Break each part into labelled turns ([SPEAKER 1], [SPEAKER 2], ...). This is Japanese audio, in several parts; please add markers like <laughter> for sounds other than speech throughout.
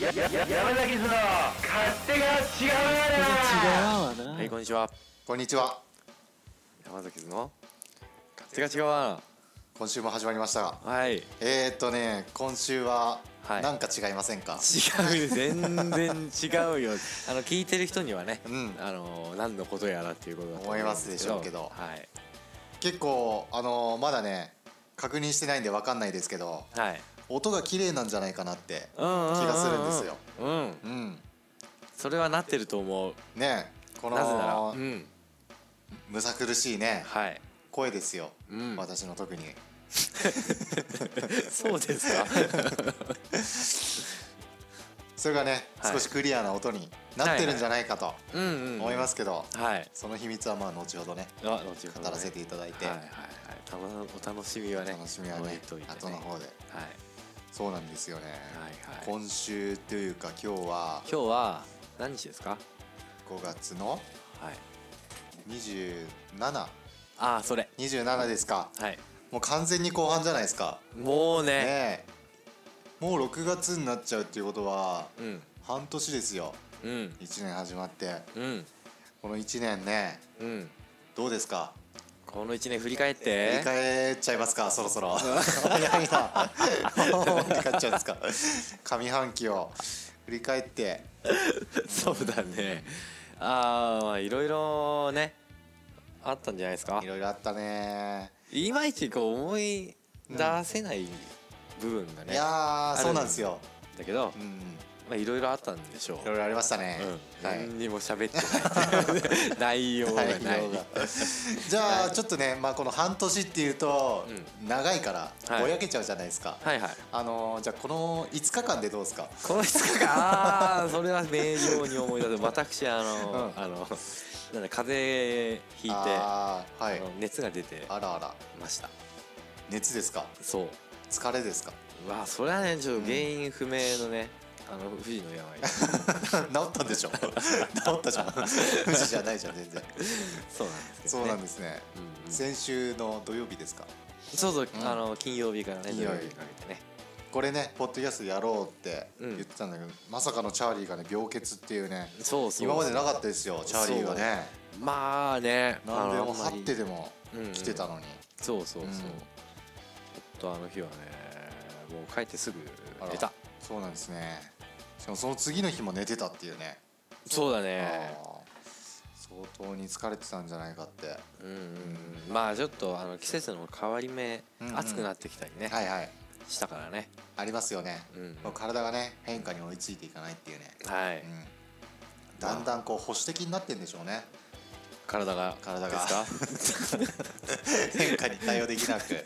[SPEAKER 1] ややや山崎の勝手が違う
[SPEAKER 2] 違うわな
[SPEAKER 3] はいこんにちは
[SPEAKER 4] こんにちは
[SPEAKER 3] 山崎図の勝手が違うわ
[SPEAKER 4] 今週も始まりましたが
[SPEAKER 3] はい違う
[SPEAKER 4] えー、っとね今週は
[SPEAKER 3] はい
[SPEAKER 4] なんか違いませんか、
[SPEAKER 3] 全然違うよ <laughs> あの聞いてる人にはね、
[SPEAKER 4] うん
[SPEAKER 3] あの何のことやらっていうことだと思いますけど
[SPEAKER 4] 思いますでしょうけ
[SPEAKER 3] はい
[SPEAKER 4] 結構あのまだね確認してないんでわかんないですけど
[SPEAKER 3] はい
[SPEAKER 4] 音が綺麗なんじゃないかなって
[SPEAKER 3] うんうんうんうん
[SPEAKER 4] 気がするんですよ
[SPEAKER 3] うん
[SPEAKER 4] うん
[SPEAKER 3] それはなってると思う
[SPEAKER 4] ねこ
[SPEAKER 3] なぜなら
[SPEAKER 4] の
[SPEAKER 3] うん
[SPEAKER 4] むさ苦しいね
[SPEAKER 3] はい
[SPEAKER 4] 声ですよ、
[SPEAKER 3] うん
[SPEAKER 4] 私の特に
[SPEAKER 3] <laughs> そうです
[SPEAKER 4] <laughs>
[SPEAKER 3] か
[SPEAKER 4] それがね、
[SPEAKER 3] はい
[SPEAKER 4] 少しクリアな音になってるんじゃないかと
[SPEAKER 3] うんうん
[SPEAKER 4] 思いますけど、
[SPEAKER 3] はい
[SPEAKER 4] その秘密はまあ後ほどね
[SPEAKER 3] あ後ほどね
[SPEAKER 4] 語らせていただいて、
[SPEAKER 3] はいはいはいたのお楽しみは
[SPEAKER 4] お
[SPEAKER 3] ね
[SPEAKER 4] 楽しみはね
[SPEAKER 3] 置いといてね
[SPEAKER 4] 後の方で
[SPEAKER 3] はい
[SPEAKER 4] そうなんですよね、
[SPEAKER 3] はいはい
[SPEAKER 4] 今週というか今日は
[SPEAKER 3] 今日は何日ですか
[SPEAKER 4] 5月の
[SPEAKER 3] はい
[SPEAKER 4] 2727
[SPEAKER 3] ああそれ
[SPEAKER 4] ですか
[SPEAKER 3] はい
[SPEAKER 4] もう完全に後半じゃないですか
[SPEAKER 3] もうね
[SPEAKER 4] ねえもう6月になっちゃうっていうことは
[SPEAKER 3] うん
[SPEAKER 4] 半年ですよ
[SPEAKER 3] うん
[SPEAKER 4] 1年始まって
[SPEAKER 3] うん
[SPEAKER 4] この1年ね
[SPEAKER 3] うん
[SPEAKER 4] どうですか
[SPEAKER 3] この一年振り返っ
[SPEAKER 4] 振
[SPEAKER 3] て
[SPEAKER 4] り返っちゃいますかそろそろ早いなもう振り返っちゃうんですか上半期を振り返って
[SPEAKER 3] そうだねああいろいろねあったんじゃないですか
[SPEAKER 4] いろいろあったね
[SPEAKER 3] いまいちこう思い出せない部分がね、
[SPEAKER 4] いやー
[SPEAKER 3] る
[SPEAKER 4] そうなんですよ
[SPEAKER 3] だけど
[SPEAKER 4] う、ん
[SPEAKER 3] まあ、いろいろあったんでしょ
[SPEAKER 4] いうろいろありましたね、
[SPEAKER 3] うん、
[SPEAKER 4] はい
[SPEAKER 3] 何にも喋ってない内
[SPEAKER 4] <laughs>
[SPEAKER 3] 容がない
[SPEAKER 4] 内容がじゃあちょっとね、まあ、この半年っていうと長いから
[SPEAKER 3] はい
[SPEAKER 4] ぼやけちゃうじゃないですか、
[SPEAKER 3] はいはい
[SPEAKER 4] あのーじゃあこの5日間でどうですか
[SPEAKER 3] この5日間
[SPEAKER 4] <laughs>
[SPEAKER 3] ああそれは明瞭に思い出す私あの、
[SPEAKER 4] うん
[SPEAKER 3] あのなんだ風邪ひいてあ
[SPEAKER 4] あーはい
[SPEAKER 3] の熱が出て
[SPEAKER 4] あらあら
[SPEAKER 3] ました
[SPEAKER 4] 熱ですか
[SPEAKER 3] そう
[SPEAKER 4] 疲れですか <laughs>
[SPEAKER 3] うわあそれはねちょっと原因不明のね、あの不治の
[SPEAKER 4] <laughs>
[SPEAKER 3] 病
[SPEAKER 4] 治ったんでしょ <laughs> 治ったじゃん <laughs> 無事じゃないじゃん全然
[SPEAKER 3] そうなんですけどね
[SPEAKER 4] そうなんですね、
[SPEAKER 3] うんうん
[SPEAKER 4] 先週の土曜日ですか
[SPEAKER 3] そうそう、
[SPEAKER 4] うん
[SPEAKER 3] あの金曜日からね
[SPEAKER 4] 金
[SPEAKER 3] 土
[SPEAKER 4] 曜
[SPEAKER 3] 曜
[SPEAKER 4] 日
[SPEAKER 3] 日にかけてね
[SPEAKER 4] これねポッドキャストやろうって言ってたんだけど、まさかのチャーリーがね病欠っていうね
[SPEAKER 3] そうそう
[SPEAKER 4] 今までなかったですよチャーリーがね
[SPEAKER 3] まあね
[SPEAKER 4] 何でも
[SPEAKER 3] あのあんまり
[SPEAKER 4] 張ってでも
[SPEAKER 3] うんうん
[SPEAKER 4] 来てたのに、
[SPEAKER 3] そうそうそう、
[SPEAKER 4] うん
[SPEAKER 3] ちょっとあの日はねもう帰ってすぐ
[SPEAKER 4] あら
[SPEAKER 3] 寝た
[SPEAKER 4] そうなんですねしかもその次の日も寝てたっていうね、
[SPEAKER 3] そうだ
[SPEAKER 4] あ
[SPEAKER 3] ね
[SPEAKER 4] ー相当に疲れてたんじゃないかって
[SPEAKER 3] うんうんうんまあちょっとあの季節の変わり目、
[SPEAKER 4] うんうん
[SPEAKER 3] 暑くなってきたりね、
[SPEAKER 4] はいはい
[SPEAKER 3] したからね
[SPEAKER 4] ありますよね、
[SPEAKER 3] うんうん
[SPEAKER 4] もう体がね変化に追いついていかないっていうね、
[SPEAKER 3] はい、
[SPEAKER 4] うん、だんだんこう保守的になってんでしょうね
[SPEAKER 3] 体が
[SPEAKER 4] 体が <laughs>
[SPEAKER 3] ですか
[SPEAKER 4] 変化に対応でき
[SPEAKER 3] <laughs>
[SPEAKER 4] なくね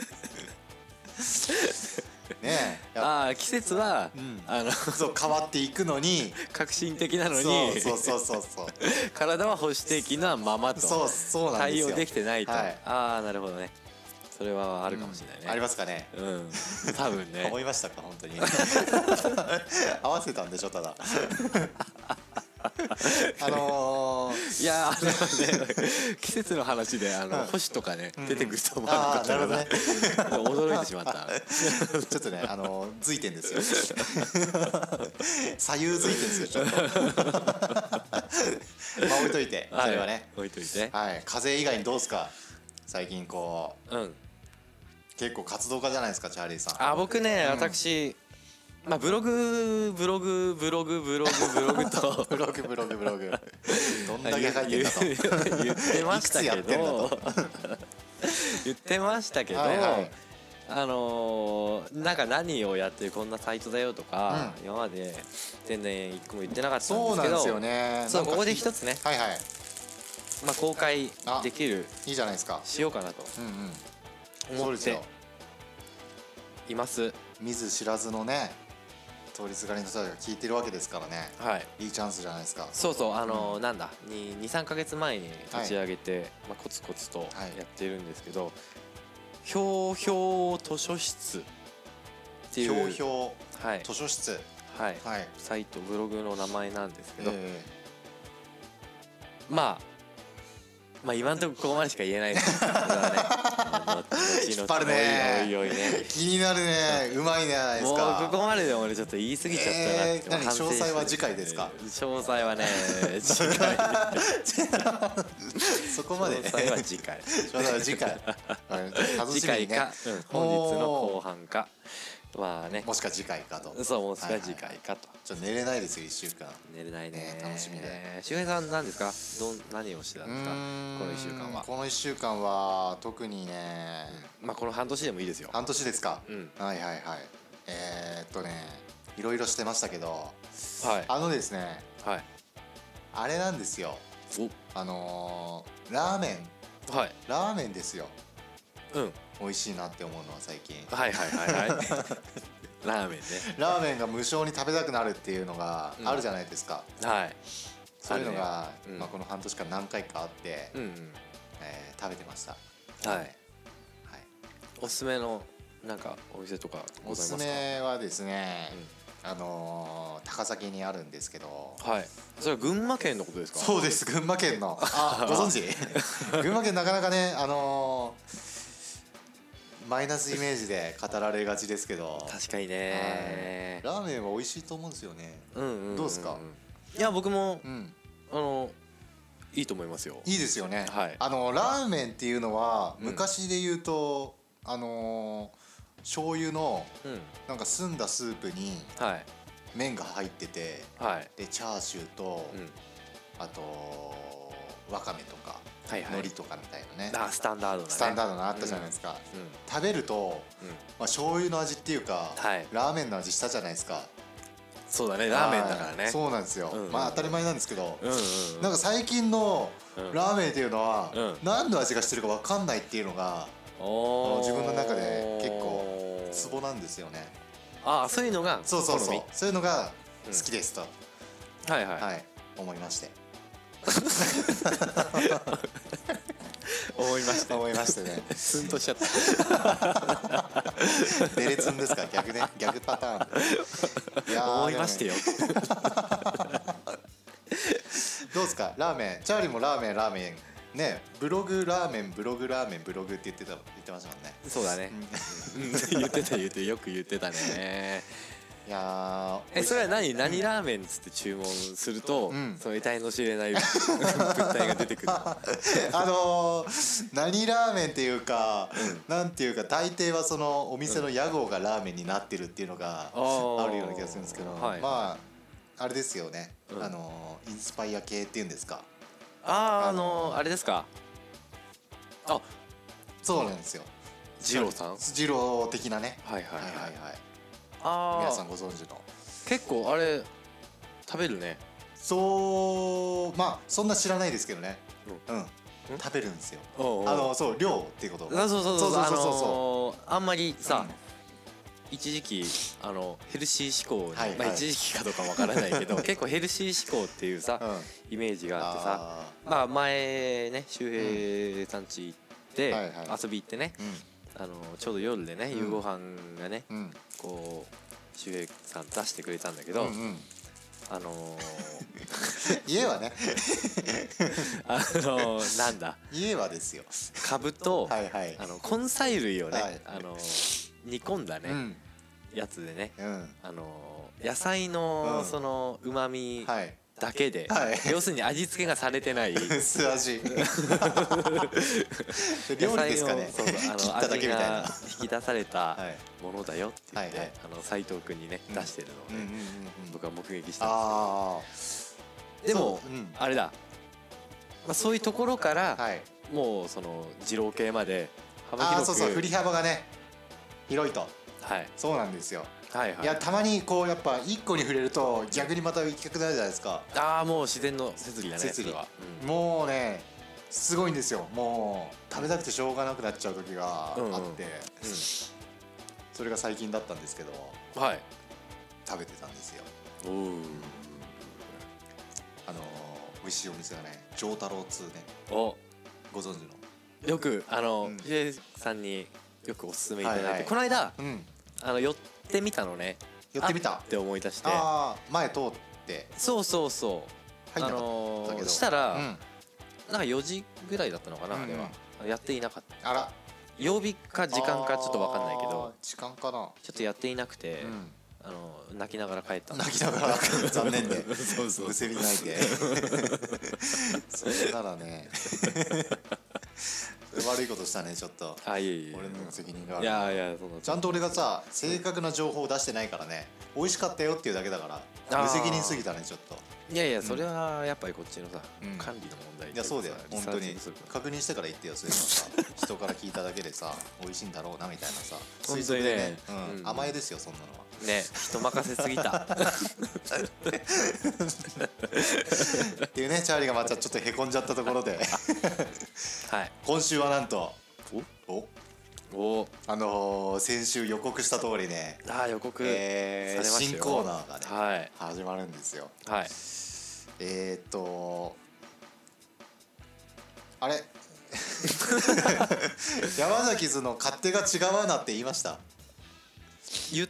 [SPEAKER 4] えやっ
[SPEAKER 3] ああ季節は、
[SPEAKER 4] うん
[SPEAKER 3] あの <laughs>
[SPEAKER 4] ぱそう変わっていくのに
[SPEAKER 3] 革新的なのに
[SPEAKER 4] そうそうそうそうそう
[SPEAKER 3] <laughs> 体は保守的なままと
[SPEAKER 4] そうそうなん
[SPEAKER 3] 対
[SPEAKER 4] ですよ
[SPEAKER 3] 応できてないと、
[SPEAKER 4] はい
[SPEAKER 3] ああなるほどねそれはあるかもしれないね、
[SPEAKER 4] うんありますかね
[SPEAKER 3] うん多分
[SPEAKER 4] <laughs>
[SPEAKER 3] ね
[SPEAKER 4] 思いましたか本当に
[SPEAKER 3] <laughs>
[SPEAKER 4] 合わせたんでしょただあのー
[SPEAKER 3] いやあのね <laughs> 季節の話であの星とかね出てくると思わなかったから、
[SPEAKER 4] あ
[SPEAKER 3] <laughs> 驚いてし
[SPEAKER 4] <laughs>
[SPEAKER 3] まった
[SPEAKER 4] ちょっとね、あのー、随
[SPEAKER 3] <laughs>
[SPEAKER 4] 点ですよ。左右随点ですよ、ちょっ
[SPEAKER 3] <laughs>
[SPEAKER 4] と。まあ、置いといて、それはね。
[SPEAKER 3] 置いといて、
[SPEAKER 4] はい、風邪以外にどうですか。最近こ
[SPEAKER 3] うん
[SPEAKER 4] う、結構活動家じゃないですか、チャーリーさん。
[SPEAKER 3] あ僕ね、私まあブログブログブログブログブログと
[SPEAKER 4] <laughs> ブログ、ブログ、ブログ。どんだけ書いてんだと。
[SPEAKER 3] <laughs> 言う言ってました
[SPEAKER 4] いくつや
[SPEAKER 3] け
[SPEAKER 4] ってんだ
[SPEAKER 3] ど
[SPEAKER 4] と
[SPEAKER 3] 言ってましたけど、
[SPEAKER 4] はいはい
[SPEAKER 3] あのーなんか何をやってるこんなサイトだよとか、今まで全然一個も言ってなかったんで
[SPEAKER 4] そ
[SPEAKER 3] す
[SPEAKER 4] うなん
[SPEAKER 3] け
[SPEAKER 4] で
[SPEAKER 3] ど
[SPEAKER 4] すよね。
[SPEAKER 3] そう
[SPEAKER 4] なんか
[SPEAKER 3] ここで一つね、
[SPEAKER 4] はいはい、
[SPEAKER 3] まあ、公開できる
[SPEAKER 4] いいじゃないですか。
[SPEAKER 3] しようかなと
[SPEAKER 4] うんうん。そう
[SPEAKER 3] 思
[SPEAKER 4] で
[SPEAKER 3] っ
[SPEAKER 4] す
[SPEAKER 3] て
[SPEAKER 4] よ。
[SPEAKER 3] います
[SPEAKER 4] 見ず知らずのね。通りすがりの人たちが聞いてるわけですからね。
[SPEAKER 3] はい
[SPEAKER 4] いいチャンスじゃないですか。
[SPEAKER 3] そうそうあのーなんだ23か月前に立ち上げて、まあ、コツコツと
[SPEAKER 4] はい
[SPEAKER 3] やってるんですけど「ひょうひょう図書室」って
[SPEAKER 4] ひ
[SPEAKER 3] いう
[SPEAKER 4] ょうひょう。
[SPEAKER 3] はい
[SPEAKER 4] 図書室
[SPEAKER 3] はい、
[SPEAKER 4] はい
[SPEAKER 3] サイトブログの名前なんですけど、
[SPEAKER 4] え
[SPEAKER 3] まあまあ今のところここまでしか言えない
[SPEAKER 4] <laughs>
[SPEAKER 3] ですけどねあの
[SPEAKER 4] 引っ張る
[SPEAKER 3] お
[SPEAKER 4] ね
[SPEAKER 3] いおいおいね
[SPEAKER 4] <laughs> 気になるねうまいねないです
[SPEAKER 3] もう
[SPEAKER 4] か
[SPEAKER 3] ここまでで俺ちょっと言い過ぎちゃったなっ
[SPEAKER 4] え
[SPEAKER 3] て、
[SPEAKER 4] ー
[SPEAKER 3] もう
[SPEAKER 4] 何
[SPEAKER 3] 反省
[SPEAKER 4] 詳細は
[SPEAKER 3] して
[SPEAKER 4] 次回ですか
[SPEAKER 3] 詳細はね次回
[SPEAKER 4] そこまで
[SPEAKER 3] 詳細は次回
[SPEAKER 4] 詳細は
[SPEAKER 3] <laughs>
[SPEAKER 4] 次回うん楽
[SPEAKER 3] 次
[SPEAKER 4] しみ
[SPEAKER 3] 回
[SPEAKER 4] にね
[SPEAKER 3] か、うん本日の後半かまあね
[SPEAKER 4] もしか次回かと
[SPEAKER 3] そうもし
[SPEAKER 4] は
[SPEAKER 3] か
[SPEAKER 4] いはい
[SPEAKER 3] 次回かと、
[SPEAKER 4] ちょっと寝れないですよ一週間
[SPEAKER 3] 寝れないね
[SPEAKER 4] ね楽しみだよ
[SPEAKER 3] 周平さん何ですかどん何をしてたん
[SPEAKER 4] う
[SPEAKER 3] ですか
[SPEAKER 4] ーん
[SPEAKER 3] この一週間は
[SPEAKER 4] この一週間は特にね
[SPEAKER 3] まあこの半年でもいいですよ
[SPEAKER 4] 半年ですか
[SPEAKER 3] うん
[SPEAKER 4] はいはいはいえーっとねいろいろしてましたけど
[SPEAKER 3] は
[SPEAKER 4] あのですね
[SPEAKER 3] いはい
[SPEAKER 4] あれなんですよあのーラーメン
[SPEAKER 3] おはい
[SPEAKER 4] ラーメンですよ
[SPEAKER 3] うん
[SPEAKER 4] 美味しいなって思うのは最近
[SPEAKER 3] はいはいはいはい
[SPEAKER 4] <laughs>
[SPEAKER 3] ラーメンね
[SPEAKER 4] ラーメンが無償に食べたくなるっていうのが
[SPEAKER 3] うん
[SPEAKER 4] あるじゃないですか、
[SPEAKER 3] はい
[SPEAKER 4] そういうのが、
[SPEAKER 3] あるねうん
[SPEAKER 4] まあ、この半年間何回かあって、
[SPEAKER 3] うん
[SPEAKER 4] えー食べてました
[SPEAKER 3] うんは
[SPEAKER 4] はい
[SPEAKER 3] いおすすめのなんかお店とかご
[SPEAKER 4] お
[SPEAKER 3] ざい
[SPEAKER 4] すす
[SPEAKER 3] ますか
[SPEAKER 4] めはですね、あのー高崎にあるんですけど
[SPEAKER 3] はいそれは群馬県のことですか
[SPEAKER 4] そうです群馬県の <laughs>
[SPEAKER 3] <laughs>
[SPEAKER 4] あご存知群馬県なかなかねあのーマイナスイメージで語られがちですけど
[SPEAKER 3] 確かにね
[SPEAKER 4] ラーメンは美味しいと思うんですよね
[SPEAKER 3] うんうんんん
[SPEAKER 4] どうですか
[SPEAKER 3] いや僕も
[SPEAKER 4] うん
[SPEAKER 3] あのいいと思いますよ
[SPEAKER 4] いいですよね、
[SPEAKER 3] はい
[SPEAKER 4] あのラーメンっていうのは
[SPEAKER 3] うん
[SPEAKER 4] 昔で言うと、あのー醤油の
[SPEAKER 3] うん
[SPEAKER 4] なんか澄んだスープに
[SPEAKER 3] はい
[SPEAKER 4] 麺が入ってて
[SPEAKER 3] はい
[SPEAKER 4] でチャーシューと、
[SPEAKER 3] うん
[SPEAKER 4] あとわかめとか、
[SPEAKER 3] はいはい
[SPEAKER 4] 海苔とかみたいなね
[SPEAKER 3] あスタンダードなね
[SPEAKER 4] スタンダードなあったじゃないですか、
[SPEAKER 3] うんうん
[SPEAKER 4] 食べると、まあ、醤油の味っていうか、
[SPEAKER 3] はい
[SPEAKER 4] ラーメンの味したじゃないですか
[SPEAKER 3] そうだねラーメンだから
[SPEAKER 4] は
[SPEAKER 3] ね
[SPEAKER 4] いそうなんですよ、
[SPEAKER 3] うんうん
[SPEAKER 4] まあ当たり前なんですけど、
[SPEAKER 3] うんうんうん
[SPEAKER 4] なんか最近の
[SPEAKER 3] うん
[SPEAKER 4] ラーメンっていうのは、
[SPEAKER 3] うん
[SPEAKER 4] 何の味がしてるか分かんないっていうのが
[SPEAKER 3] おー
[SPEAKER 4] 自分の中で結構ツボなんですよね
[SPEAKER 3] あそういうのが
[SPEAKER 4] そうそう
[SPEAKER 3] 好
[SPEAKER 4] そう
[SPEAKER 3] み
[SPEAKER 4] そういうのが
[SPEAKER 3] う
[SPEAKER 4] 好
[SPEAKER 3] ん
[SPEAKER 4] きですと、
[SPEAKER 3] はいはい、
[SPEAKER 4] はい思いまして
[SPEAKER 3] <laughs> 思いました
[SPEAKER 4] <laughs> 思いまして
[SPEAKER 3] <laughs>
[SPEAKER 4] ね
[SPEAKER 3] すんとしちゃった
[SPEAKER 4] デレツンですか逆ね逆パターンいや
[SPEAKER 3] <laughs>
[SPEAKER 4] ー
[SPEAKER 3] 思いましてよ、
[SPEAKER 4] でもねどうですかラーメンチャーリーもラーメンラーメンねブログラーメンブログラーメンブログって言ってた言ってましたもんね
[SPEAKER 3] そうだね、うん、 <laughs> 言ってた言ってよく言ってた
[SPEAKER 4] <laughs>
[SPEAKER 3] ね
[SPEAKER 4] いやー
[SPEAKER 3] えそれは何何ラーメンっつって注文すると、
[SPEAKER 4] ん
[SPEAKER 3] その得体の知れない物体が出てくるの
[SPEAKER 4] <laughs> あのー何ラーメンっていうか、なんていうか大抵はそのお店の屋号がラーメンになってるっていうのが
[SPEAKER 3] ー
[SPEAKER 4] あるような気がするんですけど、
[SPEAKER 3] はい
[SPEAKER 4] まああれですよね、
[SPEAKER 3] うん
[SPEAKER 4] あのーインスパイア系っていうんですか
[SPEAKER 3] あーあ
[SPEAKER 4] あの
[SPEAKER 3] のあれですかあ
[SPEAKER 4] そうなんですよ
[SPEAKER 3] 二郎さんはい
[SPEAKER 4] 二郎的なね
[SPEAKER 3] はいはい、
[SPEAKER 4] はいはいはい
[SPEAKER 3] あ
[SPEAKER 4] 皆さ
[SPEAKER 3] あ
[SPEAKER 4] んご存知の
[SPEAKER 3] 結構あれ食べるね
[SPEAKER 4] そうまあそんな知らないですけどねうん、
[SPEAKER 3] うん
[SPEAKER 4] 食べるんですよ
[SPEAKER 3] あ
[SPEAKER 4] あのそう量っていうこと
[SPEAKER 3] あそうそうそうそう
[SPEAKER 4] そう
[SPEAKER 3] そ
[SPEAKER 4] そうそう
[SPEAKER 3] うあのーあんまりさ、
[SPEAKER 4] うん
[SPEAKER 3] 一時期あのヘルシー志向に、
[SPEAKER 4] はいはい
[SPEAKER 3] まあ、一時期かどうかわからないけど結構ヘルシー志向っていうさ、
[SPEAKER 4] うん
[SPEAKER 3] イメージがあってさ
[SPEAKER 4] あ
[SPEAKER 3] まあ前ね周平さん家行って、
[SPEAKER 4] はいはい
[SPEAKER 3] 遊び行ってね
[SPEAKER 4] ー
[SPEAKER 3] あのーちょうど夜でね
[SPEAKER 4] ん
[SPEAKER 3] 夕ご飯がね、
[SPEAKER 4] うんうん
[SPEAKER 3] こう周平さん出してくれたんだけど、
[SPEAKER 4] うんうん <laughs>
[SPEAKER 3] あのー
[SPEAKER 4] 家はね <laughs>
[SPEAKER 3] あのー <laughs> なんだ
[SPEAKER 4] 家はですよ
[SPEAKER 3] カブと、
[SPEAKER 4] はいはい
[SPEAKER 3] あの根菜類をね、
[SPEAKER 4] はい
[SPEAKER 3] あのー煮込んだね、
[SPEAKER 4] うん
[SPEAKER 3] やつでね
[SPEAKER 4] うん
[SPEAKER 3] あの野菜
[SPEAKER 4] う
[SPEAKER 3] の
[SPEAKER 4] ん
[SPEAKER 3] そのうまみ
[SPEAKER 4] はい <laughs>
[SPEAKER 3] だけで、
[SPEAKER 4] はい
[SPEAKER 3] 要するに味付けがされて
[SPEAKER 4] <laughs>
[SPEAKER 3] ない
[SPEAKER 4] 薄
[SPEAKER 3] <laughs>
[SPEAKER 4] 味料理ですか
[SPEAKER 3] 野菜の
[SPEAKER 4] ね
[SPEAKER 3] そうそう
[SPEAKER 4] <laughs> 切っ
[SPEAKER 3] あの
[SPEAKER 4] ただ
[SPEAKER 3] 味
[SPEAKER 4] けみたいな
[SPEAKER 3] が引き出された
[SPEAKER 4] はい
[SPEAKER 3] ものだよって言って、
[SPEAKER 4] はいはい
[SPEAKER 3] あの斉藤君にね
[SPEAKER 4] うん
[SPEAKER 3] 出してる
[SPEAKER 4] う
[SPEAKER 3] の
[SPEAKER 4] ん
[SPEAKER 3] を
[SPEAKER 4] うん
[SPEAKER 3] ね、
[SPEAKER 4] うんうん
[SPEAKER 3] 僕は目撃したん
[SPEAKER 4] あ
[SPEAKER 3] ですけどでも、
[SPEAKER 4] そううん
[SPEAKER 3] あれだ、まあ、そういうところから、
[SPEAKER 4] あはい
[SPEAKER 3] もうその二郎系まで幅
[SPEAKER 4] ああ
[SPEAKER 3] 広く
[SPEAKER 4] そうそう振り幅がね広いと
[SPEAKER 3] はい、
[SPEAKER 4] そうなんですよ
[SPEAKER 3] はいはい
[SPEAKER 4] いやたまにこうやっぱ一個に触れると逆にまた行きたくなるじゃないですか
[SPEAKER 3] ああもう自然の摂理だね
[SPEAKER 4] 摂理
[SPEAKER 3] それは、うん
[SPEAKER 4] もうねすごいんですよもう食べたくてしょうがなくなっちゃう時があって、
[SPEAKER 3] うんうん
[SPEAKER 4] それが最近だったんですけど
[SPEAKER 3] うんはい
[SPEAKER 4] 食べてたんですよ
[SPEAKER 3] おー
[SPEAKER 4] あのー美味しいお店がね上太郎通ね
[SPEAKER 3] お
[SPEAKER 4] ご存知の
[SPEAKER 3] よくあの、
[SPEAKER 4] うん
[SPEAKER 3] ヒデさんによくおすすめいただいて、
[SPEAKER 4] はいはい
[SPEAKER 3] この間
[SPEAKER 4] うん
[SPEAKER 3] あの寄ってみたのね
[SPEAKER 4] 寄ってみた
[SPEAKER 3] あって思い出して
[SPEAKER 4] ああ前通って
[SPEAKER 3] そうそうそう
[SPEAKER 4] 入ん
[SPEAKER 3] あ
[SPEAKER 4] なかったけど、
[SPEAKER 3] のーしたら、
[SPEAKER 4] うん
[SPEAKER 3] なんか4時ぐらいだったのかな、
[SPEAKER 4] うん
[SPEAKER 3] あれはやっていなかった
[SPEAKER 4] あら
[SPEAKER 3] 曜日か時間かちょっと分かんないけど
[SPEAKER 4] あー時間かな、
[SPEAKER 3] ちょっとやっていなくて、
[SPEAKER 4] うん
[SPEAKER 3] あの泣きながら帰った
[SPEAKER 4] 泣きながら残念で
[SPEAKER 3] <laughs> そうそう
[SPEAKER 4] むせび泣いて
[SPEAKER 3] <laughs>
[SPEAKER 4] それならね悪いことしたねちょっと
[SPEAKER 3] あいえいえ
[SPEAKER 4] 俺の責任があ
[SPEAKER 3] い
[SPEAKER 4] る
[SPEAKER 3] やいやそんな
[SPEAKER 4] ちゃんと俺がさ正確な情報を出してないからね美味しかったよっていうだけだから
[SPEAKER 3] あー
[SPEAKER 4] 無責任すぎたねちょっと
[SPEAKER 3] いやいやそれはやっぱりこっちのさ、
[SPEAKER 4] うん
[SPEAKER 3] 管理の問題
[SPEAKER 4] いやそうだよ
[SPEAKER 3] リ
[SPEAKER 4] 本
[SPEAKER 3] サ
[SPEAKER 4] 当
[SPEAKER 3] ーチ
[SPEAKER 4] に
[SPEAKER 3] 不足
[SPEAKER 4] 確認してから言ってよそういうのさ人から聞いただけでさ美味しいんだろうなみたいなさ
[SPEAKER 3] 本当にね
[SPEAKER 4] 推測でね
[SPEAKER 3] う
[SPEAKER 4] うんん甘えですよそんなのは
[SPEAKER 3] ね人任せすぎ
[SPEAKER 4] <laughs>
[SPEAKER 3] た
[SPEAKER 4] っていうねチャーリーがまたちょっとへこんじゃったとこ
[SPEAKER 3] <laughs>
[SPEAKER 4] ろで
[SPEAKER 3] はい
[SPEAKER 4] 今週はなんとお
[SPEAKER 3] おお
[SPEAKER 4] あのー先週予告した通りね、
[SPEAKER 3] あー予告、
[SPEAKER 4] えー
[SPEAKER 3] されました
[SPEAKER 4] 新
[SPEAKER 3] よ
[SPEAKER 4] コーナーがね、
[SPEAKER 3] はい
[SPEAKER 4] 始まるんですよ
[SPEAKER 3] はい
[SPEAKER 4] えー、っとあれ <laughs> 山崎図の勝手が違うなって言いました
[SPEAKER 3] 言っ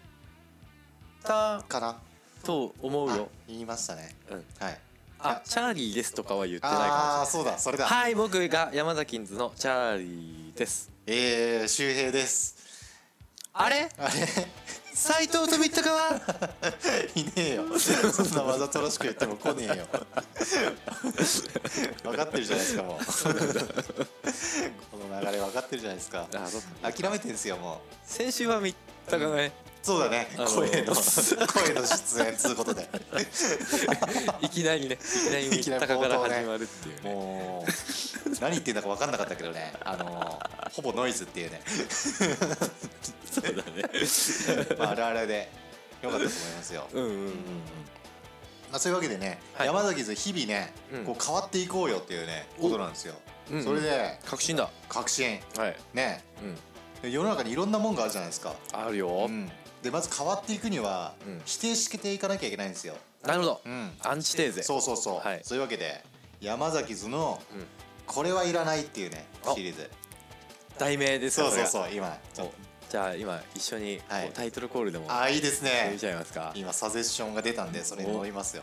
[SPEAKER 3] た
[SPEAKER 4] かな
[SPEAKER 3] と思う
[SPEAKER 4] あ
[SPEAKER 3] よ、
[SPEAKER 4] 言いましたね
[SPEAKER 3] うん、
[SPEAKER 4] はい
[SPEAKER 3] あチャーリーですとかは言ってない
[SPEAKER 4] あ
[SPEAKER 3] か
[SPEAKER 4] あーそうだそれだ、
[SPEAKER 3] もしれないはい僕が山崎キンズのチャーリーです
[SPEAKER 4] えー、周平です
[SPEAKER 3] あれ
[SPEAKER 4] あれ
[SPEAKER 3] 斎藤と富高はい
[SPEAKER 4] ねえよそんなわざとらしく言っても来ねえよ分かってるじゃないですかもうこの流れ分かってるじゃないですか
[SPEAKER 3] あそう
[SPEAKER 4] 諦めてんすよもう
[SPEAKER 3] 先週は三鷹がね、
[SPEAKER 4] そうだね
[SPEAKER 3] あの
[SPEAKER 4] 声の声の出演つうことで
[SPEAKER 3] いきなりねいきなり
[SPEAKER 4] いきな
[SPEAKER 3] 三鷹か
[SPEAKER 4] り
[SPEAKER 3] ら
[SPEAKER 4] 冒頭ね
[SPEAKER 3] 始まるっていうね
[SPEAKER 4] もう何言ってんだか分かんなかったけどねあのほぼノイズっていうね
[SPEAKER 3] そうだね
[SPEAKER 4] まああるあるで良かったと思いますよ
[SPEAKER 3] うんうん
[SPEAKER 4] まあ、そういうわけでね、
[SPEAKER 3] はい
[SPEAKER 4] 山崎図日々ね、
[SPEAKER 3] うん
[SPEAKER 4] こう変わっていこうよっていうね
[SPEAKER 3] お
[SPEAKER 4] ことなんですよ、
[SPEAKER 3] うんうん
[SPEAKER 4] それで
[SPEAKER 3] 確信だ
[SPEAKER 4] 革新
[SPEAKER 3] はい
[SPEAKER 4] ね
[SPEAKER 3] うん
[SPEAKER 4] で世の中にいろんなもんがあるじゃないですか、
[SPEAKER 3] あるよ、
[SPEAKER 4] うんでまず変わっていくには、
[SPEAKER 3] うん
[SPEAKER 4] 否定していかなきゃいけないんですよ、
[SPEAKER 3] なるほど、
[SPEAKER 4] うん、
[SPEAKER 3] アンチテーゼ
[SPEAKER 4] そうそうそう、
[SPEAKER 3] はい
[SPEAKER 4] そういうわけで山崎図の、
[SPEAKER 3] うん
[SPEAKER 4] これはいらない」っていうね
[SPEAKER 3] あ
[SPEAKER 4] シリーズ
[SPEAKER 3] 題名です
[SPEAKER 4] そうそう
[SPEAKER 3] う
[SPEAKER 4] そう今ちょっと
[SPEAKER 3] じゃあ今一緒にこう
[SPEAKER 4] はい
[SPEAKER 3] タイトルコールでも
[SPEAKER 4] ああいいですね
[SPEAKER 3] 見ちゃいますか、
[SPEAKER 4] 今サジェッションが出たんでそれに乗りますよ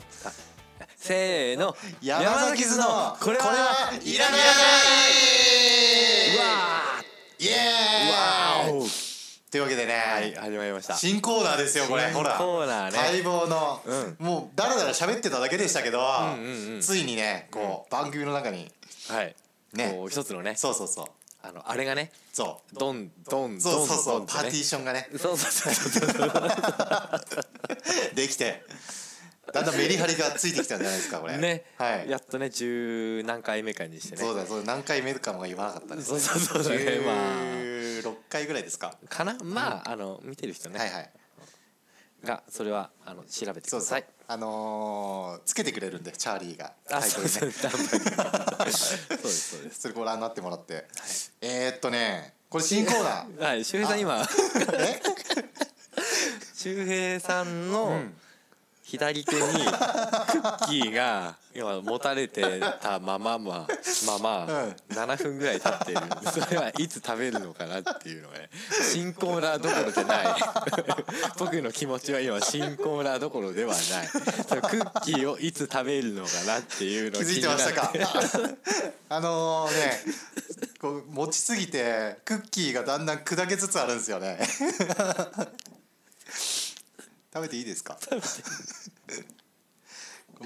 [SPEAKER 3] せーの
[SPEAKER 4] 山崎図の「こ
[SPEAKER 3] これ
[SPEAKER 4] れ
[SPEAKER 3] は
[SPEAKER 4] はいらない」
[SPEAKER 3] うわ
[SPEAKER 4] イエ
[SPEAKER 3] ー
[SPEAKER 4] ーイ
[SPEAKER 3] わーお
[SPEAKER 4] というわけでね、
[SPEAKER 3] はい始まりました
[SPEAKER 4] 新コーナーですよこれ
[SPEAKER 3] 新
[SPEAKER 4] ほら
[SPEAKER 3] コーナーね
[SPEAKER 4] 待望の、もうだらだら喋ってただけでしたけど、
[SPEAKER 3] んうんうん
[SPEAKER 4] ついにねこう、番組の中に
[SPEAKER 3] はい
[SPEAKER 4] ね
[SPEAKER 3] こう一つのね
[SPEAKER 4] そうそうそう
[SPEAKER 3] あのあれがね
[SPEAKER 4] そ
[SPEAKER 3] ドンドン
[SPEAKER 4] うそ
[SPEAKER 3] ド
[SPEAKER 4] う
[SPEAKER 3] ン
[SPEAKER 4] そうそ
[SPEAKER 3] ド
[SPEAKER 4] う
[SPEAKER 3] ン
[SPEAKER 4] パーティー
[SPEAKER 3] ー
[SPEAKER 4] ションがね
[SPEAKER 3] そうそうそうそう
[SPEAKER 4] できてだんだんメリハリがついてきたんじゃないですか <laughs> こ
[SPEAKER 3] <laughs>
[SPEAKER 4] れ
[SPEAKER 3] ね、
[SPEAKER 4] はい
[SPEAKER 3] やっとね十何回目かにしてね
[SPEAKER 4] そうだそうだ何回目かも言わなかったです
[SPEAKER 3] そうそうそうだねま
[SPEAKER 4] 16回ぐらいですか、
[SPEAKER 3] あかなまああの見てる人ね、
[SPEAKER 4] はいはい
[SPEAKER 3] がそれはあの調べてくだ
[SPEAKER 4] そうそ
[SPEAKER 3] さ
[SPEAKER 4] う
[SPEAKER 3] い
[SPEAKER 4] あのーつけてくれるんでチャーリーが
[SPEAKER 3] あ
[SPEAKER 4] タイ
[SPEAKER 3] そ
[SPEAKER 4] ト
[SPEAKER 3] う
[SPEAKER 4] ル
[SPEAKER 3] で
[SPEAKER 4] ね
[SPEAKER 3] すね <laughs> そうですそうです
[SPEAKER 4] それご覧になってもらって、えー、っとねこれ新コーナー
[SPEAKER 3] はい、周平さん今 <laughs>
[SPEAKER 4] え
[SPEAKER 3] 周平さんの左手にクッキーが今持たれてたままままま7分ぐらい経っている <laughs> それはいつ食べるのかなっていうのがね新コーナーどころじゃない <laughs> 僕の気持ちは今新コーナーどころではないそのクッキーをいつ食べるのかなっていうの
[SPEAKER 4] 気
[SPEAKER 3] が
[SPEAKER 4] づい
[SPEAKER 3] 気に
[SPEAKER 4] て
[SPEAKER 3] な
[SPEAKER 4] ま
[SPEAKER 3] っ
[SPEAKER 4] したか <laughs> あのねこう持ちすぎてクッキーがだんだん砕けつつあるんです
[SPEAKER 3] <laughs>
[SPEAKER 4] よね食べていいですか <laughs>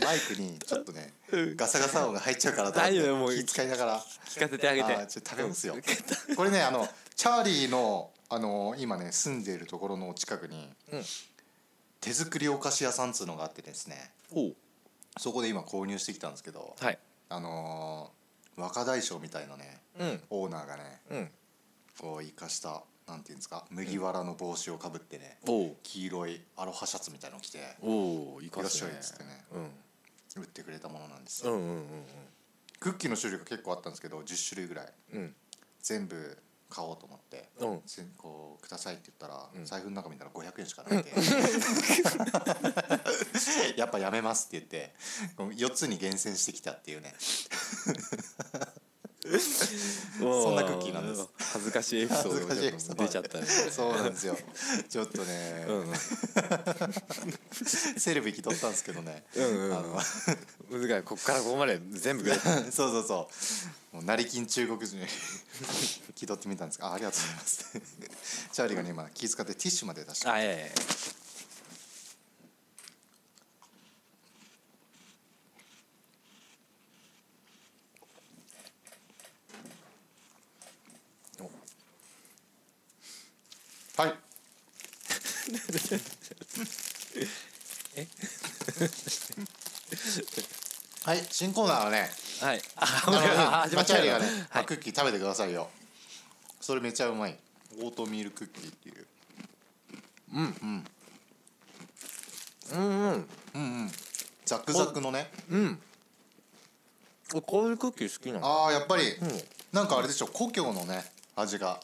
[SPEAKER 4] マイクにちょっとねガサガサ音が入っちゃうからと思って
[SPEAKER 3] 大丈夫もう
[SPEAKER 4] 気遣いながら
[SPEAKER 3] 聞かせてあげて
[SPEAKER 4] あーちょっと食べますよ <laughs> これねあのチャーリーの、あの今ね住んでいるところの近くに、
[SPEAKER 3] うん
[SPEAKER 4] 手作りお菓子屋さんっつうのがあってですね
[SPEAKER 3] おう
[SPEAKER 4] そこで今購入してきたんですけど、
[SPEAKER 3] はい
[SPEAKER 4] あのー若大将みたいなね
[SPEAKER 3] うん
[SPEAKER 4] オーナーがね
[SPEAKER 3] うん
[SPEAKER 4] こう生かしたなんていうんですか麦わらの帽子をかぶってね、
[SPEAKER 3] おう
[SPEAKER 4] 黄色いアロハシャツみたいのを着て
[SPEAKER 3] おういかす
[SPEAKER 4] いらっしゃいっつってね
[SPEAKER 3] うん
[SPEAKER 4] 売ってくれたものなんです
[SPEAKER 3] う
[SPEAKER 4] よ、
[SPEAKER 3] んうん
[SPEAKER 4] クッキーの種類が結構あったんですけど10種類ぐらい
[SPEAKER 3] うんうん
[SPEAKER 4] 全部買おうと思って、
[SPEAKER 3] うん
[SPEAKER 4] せんこうくださいって言ったら、
[SPEAKER 3] ん
[SPEAKER 4] 財布の中見たら500円しかなくて、 <laughs> やっぱやめますって言ってこう4つに厳選してきたっていうね
[SPEAKER 3] そ
[SPEAKER 4] んなクッキーなんです
[SPEAKER 3] 恥ずかしいエピソードが
[SPEAKER 4] 恥ずかしいエピソード
[SPEAKER 3] 出ちゃったね
[SPEAKER 4] そうなんですよちょっとね、セレブ行き取ったんですけどね、
[SPEAKER 3] うんうん
[SPEAKER 4] あのそ
[SPEAKER 3] 難しいこっからここまで全部ぐらいう
[SPEAKER 4] <laughs> そうそうもう成金中国人に <laughs> 聞き取ってみたんですがあありがとうございますチャーリーがね今気遣ってティッシュまで出した
[SPEAKER 3] あいやいやいや
[SPEAKER 4] はい <laughs> はい新コーナーはね
[SPEAKER 3] はい
[SPEAKER 4] あの
[SPEAKER 3] <laughs> あ始まっちゃう
[SPEAKER 4] チャーリ
[SPEAKER 3] よ
[SPEAKER 4] ーがね、
[SPEAKER 3] は
[SPEAKER 4] あ
[SPEAKER 3] い
[SPEAKER 4] クッキー食べてくださいよそれめちゃうまいオートミールクッキーっていううんうんうんうんザクザクのね
[SPEAKER 3] こういうクッキー好きなの
[SPEAKER 4] ああやっぱり、なんかあれでしょ故郷のね味が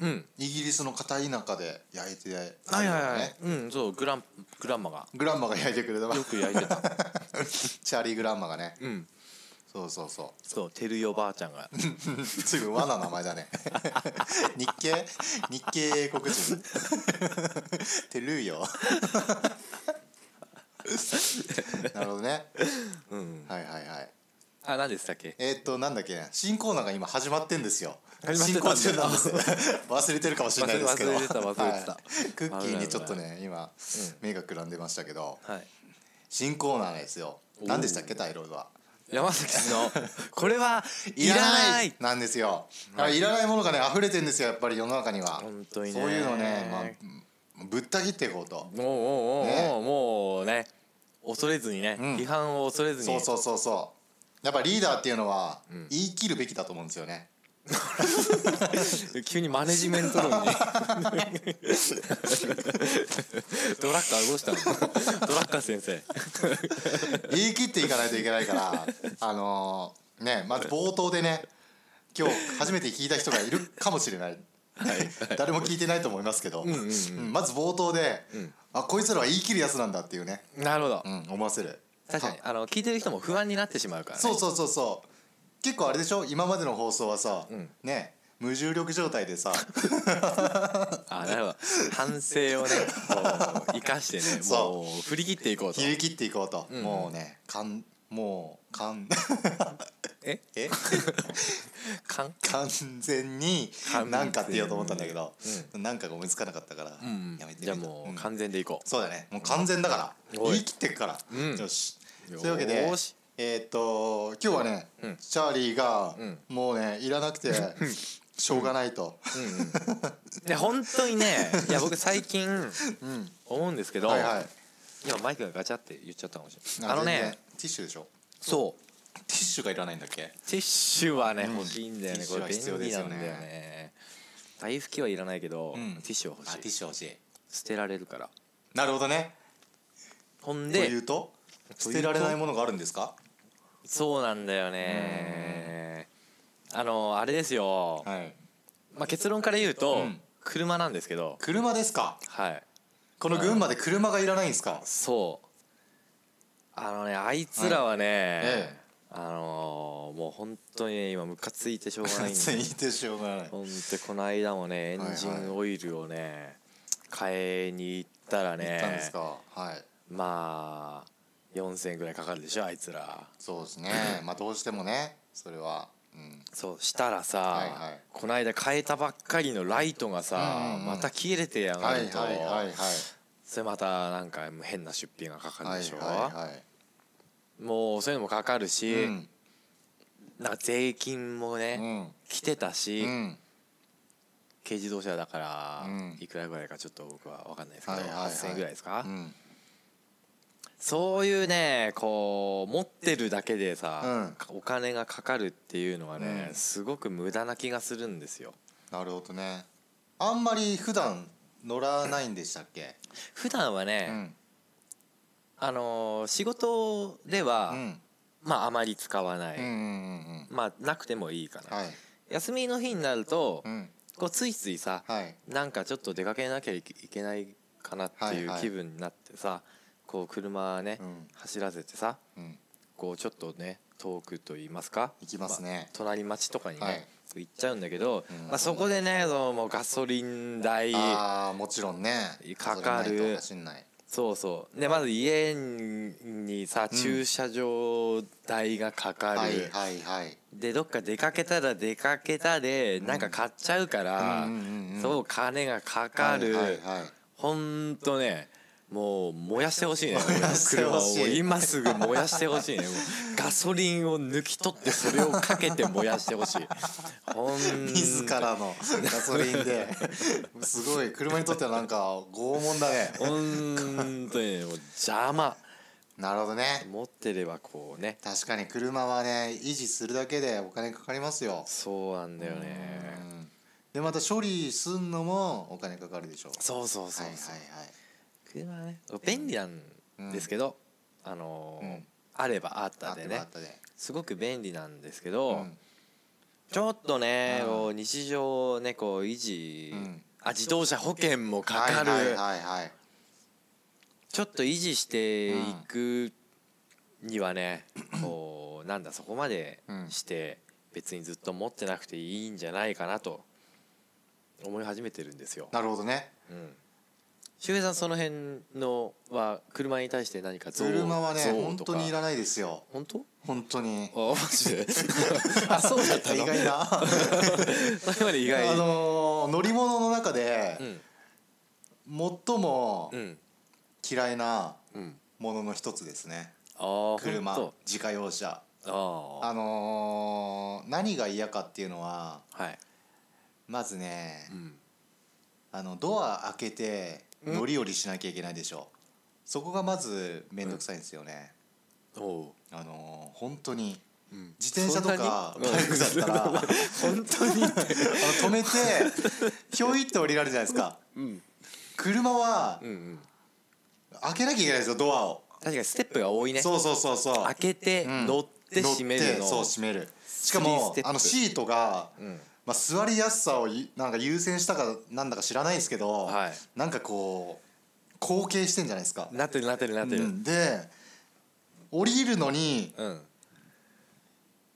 [SPEAKER 3] うん
[SPEAKER 4] イギリスの片田舎で焼いてあるよね、
[SPEAKER 3] はいはいはいうんそうグラングランマが
[SPEAKER 4] グランマが焼いてくれた
[SPEAKER 3] よく焼いて <laughs> た
[SPEAKER 4] チャーリー・グランマがね、
[SPEAKER 3] ん
[SPEAKER 4] そうそうそう
[SPEAKER 3] そうてるよばあちゃんが
[SPEAKER 4] すぐ和な名前
[SPEAKER 3] <laughs>
[SPEAKER 4] だね日系日系英国人てるいよなるほどね、はいはいはい
[SPEAKER 3] あ何でしたっけ
[SPEAKER 4] えーっとなんだっけ新コーナーが今始まってんですよ
[SPEAKER 3] 始まって
[SPEAKER 4] 進
[SPEAKER 3] た
[SPEAKER 4] 行
[SPEAKER 3] んだ
[SPEAKER 4] 中なんです忘れてるかもしれないですけど
[SPEAKER 3] 忘れてた忘れてた
[SPEAKER 4] はいクッキーにちょっとね今目がくらんでましたけど
[SPEAKER 3] はい
[SPEAKER 4] 新コーナーですよ
[SPEAKER 3] ー
[SPEAKER 4] 何でしたっけタイロイドは
[SPEAKER 3] 山崎 <laughs> のこれはいい
[SPEAKER 4] ら
[SPEAKER 3] ら
[SPEAKER 4] な
[SPEAKER 3] ないい
[SPEAKER 4] なんですよ、あいらないものがね溢れてんですよやっぱり世の中には
[SPEAKER 3] 本当にね
[SPEAKER 4] そういうのをね、まあうん、ぶった切っていこうと、
[SPEAKER 3] もうもうもうもうね恐れずにね、
[SPEAKER 4] ん
[SPEAKER 3] 批判を恐れずに
[SPEAKER 4] そうそうそうそうやっぱリーダーっていうのは、言い切るべきだと思うんですよね
[SPEAKER 3] 急にマネジメント論に <laughs> ドラッカーどうしたのドラッカー先生
[SPEAKER 4] 言い切っていかないといけないから <laughs> あのーねまず冒頭でね今日初めて聞いた人がいるかもしれない誰も聞いてないと思いますけど、うんまず冒頭で、あこいつらは言い切るやつなんだっていうね、
[SPEAKER 3] なるほど、
[SPEAKER 4] うん、思わせる
[SPEAKER 3] 確かにあの聞いてる人も不安になってしまうから、ね、
[SPEAKER 4] そうそうそうそう結構あれでしょ今までの放送はさ、ね無重力状態で <laughs> さ
[SPEAKER 3] あなるほど反省をねこう生かしてね
[SPEAKER 4] <laughs> そ
[SPEAKER 3] もう振り切っていこうと
[SPEAKER 4] 切り切っていこうと、もうねかんもうかん <laughs>
[SPEAKER 3] え
[SPEAKER 4] え
[SPEAKER 3] かん
[SPEAKER 4] 完全に
[SPEAKER 3] 完全に
[SPEAKER 4] 何かって言おうと思ったんだけど、なんかが思いつかなかったから、やめてみ
[SPEAKER 3] じ
[SPEAKER 4] た
[SPEAKER 3] ゃあも
[SPEAKER 4] う
[SPEAKER 3] うん完全でいこう、
[SPEAKER 4] そうだねもう完全だから、
[SPEAKER 3] おい
[SPEAKER 4] 言い切ってくから、
[SPEAKER 3] うん
[SPEAKER 4] よし
[SPEAKER 3] よーし
[SPEAKER 4] というわけでえーっと今日はね、
[SPEAKER 3] うん
[SPEAKER 4] チャーリーが、
[SPEAKER 3] ん
[SPEAKER 4] もうねいらなくてしょうがないと、 <laughs>
[SPEAKER 3] で本当にねいや僕最近思うんですけど、
[SPEAKER 4] はいはい
[SPEAKER 3] 今マイクがガチャって言っちゃったかもしれない
[SPEAKER 4] あ
[SPEAKER 3] あ
[SPEAKER 4] の
[SPEAKER 3] の
[SPEAKER 4] ね
[SPEAKER 3] ね
[SPEAKER 4] ティッシュでしょ
[SPEAKER 3] そう
[SPEAKER 4] ティッシュがいらないんだっけ
[SPEAKER 3] ティッシュはね、欲しいんだよ
[SPEAKER 4] テ
[SPEAKER 3] ね
[SPEAKER 4] ィッ
[SPEAKER 3] こ
[SPEAKER 4] シュ
[SPEAKER 3] れ
[SPEAKER 4] は必
[SPEAKER 3] 便
[SPEAKER 4] 要で
[SPEAKER 3] 利
[SPEAKER 4] す
[SPEAKER 3] な
[SPEAKER 4] よ
[SPEAKER 3] ん
[SPEAKER 4] ね
[SPEAKER 3] だよね大拭きはいらないけど、
[SPEAKER 4] ん
[SPEAKER 3] ティッシュは
[SPEAKER 4] あ
[SPEAKER 3] 欲
[SPEAKER 4] ティ
[SPEAKER 3] し
[SPEAKER 4] ッ
[SPEAKER 3] い
[SPEAKER 4] シュ欲しい
[SPEAKER 3] 捨てられるから
[SPEAKER 4] なるほどね
[SPEAKER 3] ほん
[SPEAKER 4] とい
[SPEAKER 3] で
[SPEAKER 4] うと
[SPEAKER 3] と
[SPEAKER 4] 捨
[SPEAKER 3] いうと
[SPEAKER 4] てられないものがあるんですか
[SPEAKER 3] そうなんだよねあのあれですよ、
[SPEAKER 4] はい
[SPEAKER 3] まあ、結論から言うと、
[SPEAKER 4] うん
[SPEAKER 3] 車なんですけど
[SPEAKER 4] 車ですか
[SPEAKER 3] はい
[SPEAKER 4] この群馬で車がいらないんですか
[SPEAKER 3] そうあのねあいつらはね、
[SPEAKER 4] ええ
[SPEAKER 3] あのーもう本当にね今ムカついてしょうがないんで
[SPEAKER 4] 全員でしょうがない
[SPEAKER 3] ほんとこの間もねエンジンオイルをね買いに行ったら
[SPEAKER 4] 行ったんです
[SPEAKER 3] ね
[SPEAKER 4] かはい
[SPEAKER 3] まあ4,000円ぐらいかかるでしょあいつら
[SPEAKER 4] そうです <laughs> ねまあどうしてもねそれはうん
[SPEAKER 3] そうしたらさ、
[SPEAKER 4] はいはい
[SPEAKER 3] この間変えたばっかりのライトがさ、
[SPEAKER 4] うんうんうん
[SPEAKER 3] また切れてやが
[SPEAKER 4] は
[SPEAKER 3] る
[SPEAKER 4] い
[SPEAKER 3] と、
[SPEAKER 4] はいはいはい
[SPEAKER 3] それまたなんか変な出費がかかる
[SPEAKER 4] はい
[SPEAKER 3] でしょ、
[SPEAKER 4] は
[SPEAKER 3] もうそういうのもかかる
[SPEAKER 4] い
[SPEAKER 3] し、
[SPEAKER 4] うん
[SPEAKER 3] なんか税金もね、
[SPEAKER 4] うん
[SPEAKER 3] 来てたし、
[SPEAKER 4] うん
[SPEAKER 3] 軽自動車だから、
[SPEAKER 4] うん
[SPEAKER 3] いくらぐらいかちょっと僕は分かんないですけど、
[SPEAKER 4] はいはいはい
[SPEAKER 3] 8,000円ぐらいですか、
[SPEAKER 4] うん
[SPEAKER 3] そういうねこう持ってるだけでさ、お金がかかるっていうのはね、
[SPEAKER 4] うん
[SPEAKER 3] すごく無駄な気がするんですよ
[SPEAKER 4] なるほどねあんまり普段乗らないんでしたっけ
[SPEAKER 3] 普段はね
[SPEAKER 4] う、ん
[SPEAKER 3] あのー仕事では、
[SPEAKER 4] うん
[SPEAKER 3] まああまり使わない、
[SPEAKER 4] うんうんうん
[SPEAKER 3] まあなくてもいいか
[SPEAKER 4] うん
[SPEAKER 3] な、
[SPEAKER 4] はい
[SPEAKER 3] 休みの日になると、
[SPEAKER 4] うん
[SPEAKER 3] こうついついさ、
[SPEAKER 4] はい
[SPEAKER 3] なんかちょっと出かけなきゃいけないかなってい
[SPEAKER 4] は
[SPEAKER 3] う
[SPEAKER 4] いはい
[SPEAKER 3] 気分になってさ、こう車ね、
[SPEAKER 4] うん
[SPEAKER 3] 走らせてさ
[SPEAKER 4] うん
[SPEAKER 3] こうちょっとね遠くと言いますか
[SPEAKER 4] 行きますね
[SPEAKER 3] あ隣町とかにね、
[SPEAKER 4] はい
[SPEAKER 3] 行っちゃうんだけど、
[SPEAKER 4] うん
[SPEAKER 3] まあ、そこでねそのもうガソリン代
[SPEAKER 4] ああもちろんね
[SPEAKER 3] かかる
[SPEAKER 4] それないと走んない
[SPEAKER 3] そうそうでまず家にさ駐車場代がかかる、
[SPEAKER 4] はいはいはい
[SPEAKER 3] でどっか出かけたら出かけたでなんか買っちゃうから、
[SPEAKER 4] うんうんうんうん
[SPEAKER 3] そう金がかかる、
[SPEAKER 4] はいはいはい
[SPEAKER 3] ほんとねもう燃やしてほしいね
[SPEAKER 4] 燃やして
[SPEAKER 3] 車を
[SPEAKER 4] ほしい
[SPEAKER 3] もう今すぐ燃やしてほしい
[SPEAKER 4] <laughs>
[SPEAKER 3] ねもうガソリンを抜き取ってそれをかけて燃やしてほし
[SPEAKER 4] <laughs>
[SPEAKER 3] いほん
[SPEAKER 4] 自
[SPEAKER 3] <laughs>
[SPEAKER 4] らのガソリンですごい車にとってはなんか拷問だね
[SPEAKER 3] ほんとにねもう邪魔
[SPEAKER 4] なるほどね
[SPEAKER 3] 持ってればこうね
[SPEAKER 4] 確かに車はね維持するだけでお金かかりますよ
[SPEAKER 3] そうなんだよね
[SPEAKER 4] うんでまた処理すんのもお金かかるでしょ
[SPEAKER 3] そうそうそうそう、
[SPEAKER 4] はいはいはい
[SPEAKER 3] 車はね便利なんですけど、あのー
[SPEAKER 4] うん
[SPEAKER 3] あればあったで
[SPEAKER 4] あ
[SPEAKER 3] ね
[SPEAKER 4] ったで
[SPEAKER 3] すごく便利なんですけど、
[SPEAKER 4] うん
[SPEAKER 3] ちょっとね、
[SPEAKER 4] うん
[SPEAKER 3] こう日常をねこう維持、
[SPEAKER 4] うん
[SPEAKER 3] あ自動車保険もかかる、
[SPEAKER 4] はいはいはいはい
[SPEAKER 3] ちょっと維持していくにはね、こうなんだそこまで
[SPEAKER 4] うん
[SPEAKER 3] して別にずっと持ってなくていいんじゃないかなと思い始めてるんですよ。
[SPEAKER 4] なるほどね
[SPEAKER 3] うん周平さんその辺のは車に対して何か贈
[SPEAKER 4] 車はね
[SPEAKER 3] 贈
[SPEAKER 4] 本
[SPEAKER 3] と
[SPEAKER 4] 当
[SPEAKER 3] か
[SPEAKER 4] にいらないですよ
[SPEAKER 3] 本当
[SPEAKER 4] 本当に
[SPEAKER 3] あマジで <laughs> あそうだった
[SPEAKER 4] 意
[SPEAKER 3] の
[SPEAKER 4] 外なあ
[SPEAKER 3] それまで意外
[SPEAKER 4] のー乗り物の中で
[SPEAKER 3] うん
[SPEAKER 4] 最も
[SPEAKER 3] うん
[SPEAKER 4] 嫌いな
[SPEAKER 3] うん
[SPEAKER 4] ものの一つですね
[SPEAKER 3] ああ
[SPEAKER 4] 車自家用車
[SPEAKER 3] ああ
[SPEAKER 4] あのー何が嫌かっていうのは
[SPEAKER 3] はい、
[SPEAKER 4] まずね
[SPEAKER 3] うん、
[SPEAKER 4] あのドア開けて
[SPEAKER 3] うん
[SPEAKER 4] 乗り降りしなきゃいけないでしょそこがまず面倒くさいんですよね、
[SPEAKER 3] おう、
[SPEAKER 4] あのー本当に
[SPEAKER 3] うん、
[SPEAKER 4] 自転車とか
[SPEAKER 3] そんなに
[SPEAKER 4] バイクだったらあの <laughs>
[SPEAKER 3] 本当に
[SPEAKER 4] 止めてひょいって降りられるじゃないですか
[SPEAKER 3] うん
[SPEAKER 4] 車は
[SPEAKER 3] うんうん
[SPEAKER 4] 開けなきゃいけないんですよドアを、
[SPEAKER 3] 確かにステップが多いね
[SPEAKER 4] そうそうそうそう
[SPEAKER 3] 開けて、
[SPEAKER 4] うん
[SPEAKER 3] 乗って
[SPEAKER 4] 乗
[SPEAKER 3] 閉めるの
[SPEAKER 4] そう閉めるしか
[SPEAKER 3] スリー
[SPEAKER 4] も
[SPEAKER 3] ステップ
[SPEAKER 4] あのシートが、
[SPEAKER 3] ん
[SPEAKER 4] まあ、座りやすさをいなんか優先したかなんだか知らないですけど、
[SPEAKER 3] はい
[SPEAKER 4] なんかこう後傾してんじゃないですか
[SPEAKER 3] なってるなってるなってる
[SPEAKER 4] う
[SPEAKER 3] うんん、
[SPEAKER 4] で降りるのに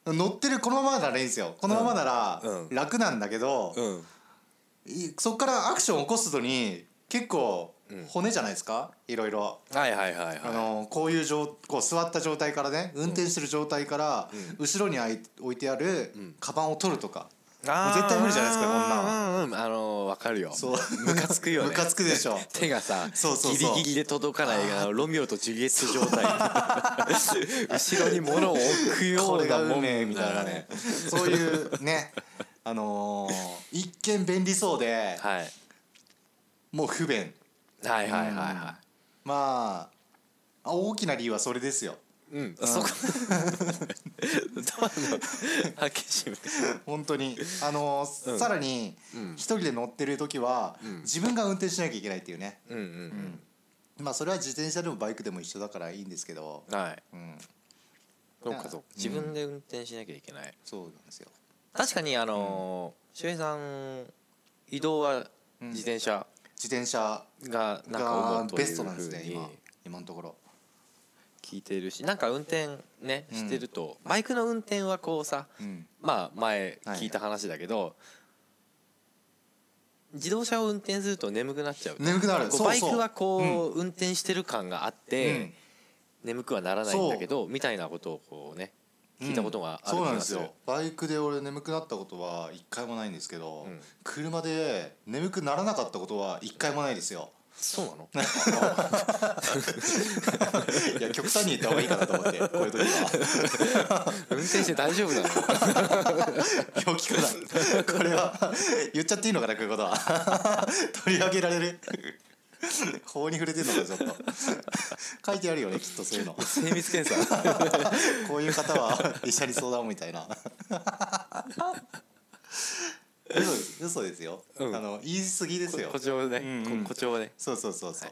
[SPEAKER 4] 乗ってるこのままならいいんですよこのままなら
[SPEAKER 3] うんうん
[SPEAKER 4] 楽なんだけど、
[SPEAKER 3] うん
[SPEAKER 4] いそっからアクション起こすのに結構骨じゃないですかいろいろ。
[SPEAKER 3] はいはいはいはい
[SPEAKER 4] あのこういう状こう座った状態からね運転してる状態から後ろにあい置いてあるカバンを取るとか
[SPEAKER 3] あー
[SPEAKER 4] 絶対無理じゃないですかこんな
[SPEAKER 3] うんうんあのわかるよ
[SPEAKER 4] そう
[SPEAKER 3] ムカつくよね
[SPEAKER 4] ムカつくでしょ
[SPEAKER 3] 手がさ
[SPEAKER 4] そうそうそう
[SPEAKER 3] ギリギリで届かないあのロミオとジュリエット状 <laughs> 態後ろに物を置くよ
[SPEAKER 4] <laughs> こ
[SPEAKER 3] う
[SPEAKER 4] れ
[SPEAKER 3] な
[SPEAKER 4] が
[SPEAKER 3] もん
[SPEAKER 4] 運命みたいなね <laughs> そういうねあのー一見便利そうで
[SPEAKER 3] はい
[SPEAKER 4] もう不便
[SPEAKER 3] はいはいはいは
[SPEAKER 4] まああ大きな理由はそれですよ
[SPEAKER 3] いうん、そこ <laughs> ドアの開け閉め
[SPEAKER 4] 本当にあのーさらに一人で乗ってる時は自分が運転しなきゃいけないっていうね
[SPEAKER 3] うんうん
[SPEAKER 4] まあそれは自転車でもバイクでも一緒だからいいんですけど
[SPEAKER 3] うんはい
[SPEAKER 4] うん
[SPEAKER 3] そうかそうか自分で運転しなきゃいけない
[SPEAKER 4] そうなんですよ
[SPEAKER 3] 確かにあのー周平さん移動は自転車
[SPEAKER 4] 自転車
[SPEAKER 3] がなんか
[SPEAKER 4] が
[SPEAKER 3] 思うとい
[SPEAKER 4] ベスト
[SPEAKER 3] う
[SPEAKER 4] なんで
[SPEAKER 3] ふう
[SPEAKER 4] すね
[SPEAKER 3] に
[SPEAKER 4] 今今のところ
[SPEAKER 3] 聞いてるしなんか運転ねしてるとバイクの運転はこうさ
[SPEAKER 4] うん
[SPEAKER 3] まあ前聞いた話だけど、自動車を運転すると眠くなっちゃう
[SPEAKER 4] 眠くな
[SPEAKER 3] こ
[SPEAKER 4] る
[SPEAKER 3] う
[SPEAKER 4] そうそう
[SPEAKER 3] バイクはこう、運転してる感があって、
[SPEAKER 4] うん
[SPEAKER 3] 眠くはならないんだけどみたいなことをこうね聞いたことがある
[SPEAKER 4] そ
[SPEAKER 3] 気
[SPEAKER 4] うなん
[SPEAKER 3] が
[SPEAKER 4] です
[SPEAKER 3] する、
[SPEAKER 4] よバイクで俺眠くなったことは一回もないんですけど、
[SPEAKER 3] ん
[SPEAKER 4] 車で眠くならなかったことは一回もないですよ
[SPEAKER 3] そうなの <laughs>
[SPEAKER 4] いや極端に言った方がいいかなと
[SPEAKER 3] <laughs>
[SPEAKER 4] 思ってこういう時は
[SPEAKER 3] 運転して大丈夫なの
[SPEAKER 4] 今日
[SPEAKER 3] <laughs>
[SPEAKER 4] 聞くなこれは言っちゃっていいのかなこういうことは <laughs> 取り上げられる法に触れてんのかよちょっと書いてあるよねきっとそういうの
[SPEAKER 3] 精密検査
[SPEAKER 4] こういう方
[SPEAKER 3] <laughs>
[SPEAKER 4] は医者に相談みたいな。嘘です嘘ですよ、
[SPEAKER 3] うん
[SPEAKER 4] あの言い過ぎですよ
[SPEAKER 3] 誇張ね、
[SPEAKER 4] うんうん
[SPEAKER 3] こ誇張ね
[SPEAKER 4] そうそうそうそ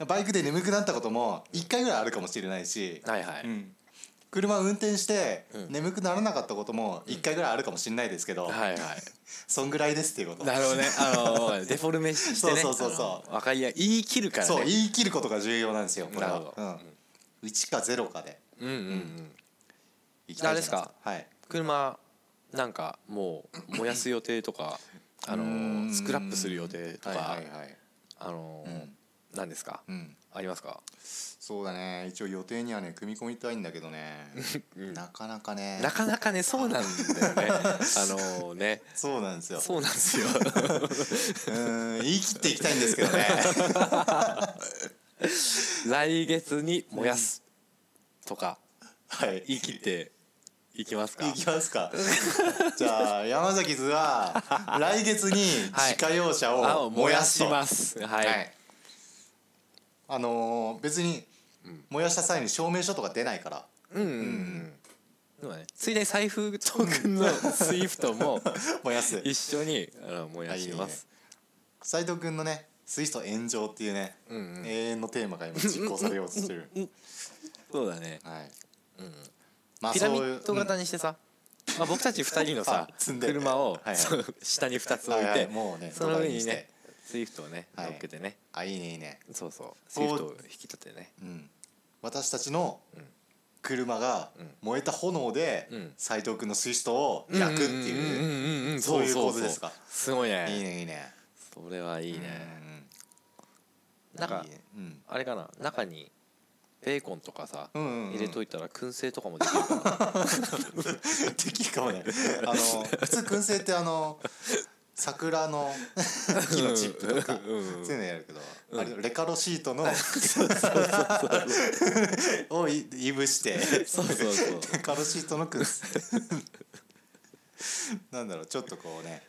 [SPEAKER 4] う、バイクで眠くなったことも1回ぐらいあるかもしれないし、
[SPEAKER 3] はいはい、
[SPEAKER 4] うん車運転して眠くならなかったことも1回ぐらいあるかもしれないですけど、
[SPEAKER 3] はいはい
[SPEAKER 4] そんぐらいですっていうこと
[SPEAKER 3] <laughs> なるほどねあのーデフォルメしてね
[SPEAKER 4] そうそうそうそう
[SPEAKER 3] 分かりや言い切るからね
[SPEAKER 4] そう言い切ることが重要なんですよこれ
[SPEAKER 3] なるほ
[SPEAKER 4] は、うん、1か0かで
[SPEAKER 3] うんうんうん
[SPEAKER 4] 行きたいじゃない
[SPEAKER 3] あれです
[SPEAKER 4] はい
[SPEAKER 3] 車なんかもう燃やす予定とかあのスクラップする予定とか、
[SPEAKER 4] はいはいはい
[SPEAKER 3] あの
[SPEAKER 4] ん
[SPEAKER 3] 何ですか、
[SPEAKER 4] うん
[SPEAKER 3] ありますか
[SPEAKER 4] そうだね一応予定にはね組み込みたいんだけどね、
[SPEAKER 3] <laughs>
[SPEAKER 4] なかなかね
[SPEAKER 3] なかなかねそうなんだよね <laughs> あのね
[SPEAKER 4] そうなんですよ
[SPEAKER 3] そうなん <laughs> ですよ
[SPEAKER 4] うーん言い切っていきたいんですけ
[SPEAKER 3] <laughs>
[SPEAKER 4] どね
[SPEAKER 3] 来月に燃やすとか
[SPEAKER 4] はい
[SPEAKER 3] 言い切っていきますか
[SPEAKER 4] いきま
[SPEAKER 3] <laughs>
[SPEAKER 4] すかじゃあ山崎図は来月に自家用車
[SPEAKER 3] あ
[SPEAKER 4] を燃やすと、
[SPEAKER 3] 燃やしますはい、
[SPEAKER 4] はいあのー別に燃やした際に証明書とか出ないから <laughs>
[SPEAKER 3] うんうんうんそうだねついでに財布トークンのスイフトも
[SPEAKER 4] 燃やす
[SPEAKER 3] 一緒にあの燃やします
[SPEAKER 4] 斉藤君のねスイスト炎上っていうね、
[SPEAKER 3] ん
[SPEAKER 4] 永遠のテーマが今実行されようとしてる、
[SPEAKER 3] そうだね
[SPEAKER 4] はい、まあ
[SPEAKER 3] ピラ
[SPEAKER 4] そう
[SPEAKER 3] ミ
[SPEAKER 4] いう
[SPEAKER 3] ッド型にしてさ、まあ、僕たち2人のさ
[SPEAKER 4] あ積んで
[SPEAKER 3] 車を、
[SPEAKER 4] はいはい
[SPEAKER 3] そう下に2つ置いて、
[SPEAKER 4] はいはいもうね
[SPEAKER 3] その上
[SPEAKER 4] 土台に
[SPEAKER 3] に
[SPEAKER 4] し
[SPEAKER 3] ね
[SPEAKER 4] て
[SPEAKER 3] スイフトをね、
[SPEAKER 4] はい
[SPEAKER 3] 乗っけてね
[SPEAKER 4] あいいねいいね、
[SPEAKER 3] そうそうスイフトを引き立てね
[SPEAKER 4] うん、私たちの車が燃えた炎で
[SPEAKER 3] ん
[SPEAKER 4] 斉藤君のスイストを焼くっていう,、
[SPEAKER 3] うんうんうん
[SPEAKER 4] そういう構図ですか
[SPEAKER 3] すごいね
[SPEAKER 4] いいねいいね
[SPEAKER 3] それはいいね、なんか
[SPEAKER 4] いいねうん
[SPEAKER 3] あれかな中にベーコンとかさ、
[SPEAKER 4] うんうんうん
[SPEAKER 3] 入
[SPEAKER 4] <laughs>
[SPEAKER 3] れといたら燻製とかもできるから
[SPEAKER 4] できるかもねあの普通燻製ってあの桜の <laughs> 木のチップとかそういうのやるけど、あれレカロシ
[SPEAKER 3] <laughs>
[SPEAKER 4] ートの <laughs> をいいぶして
[SPEAKER 3] そうそうそう
[SPEAKER 4] レカロシートの燻製なんだろうちょっとこうね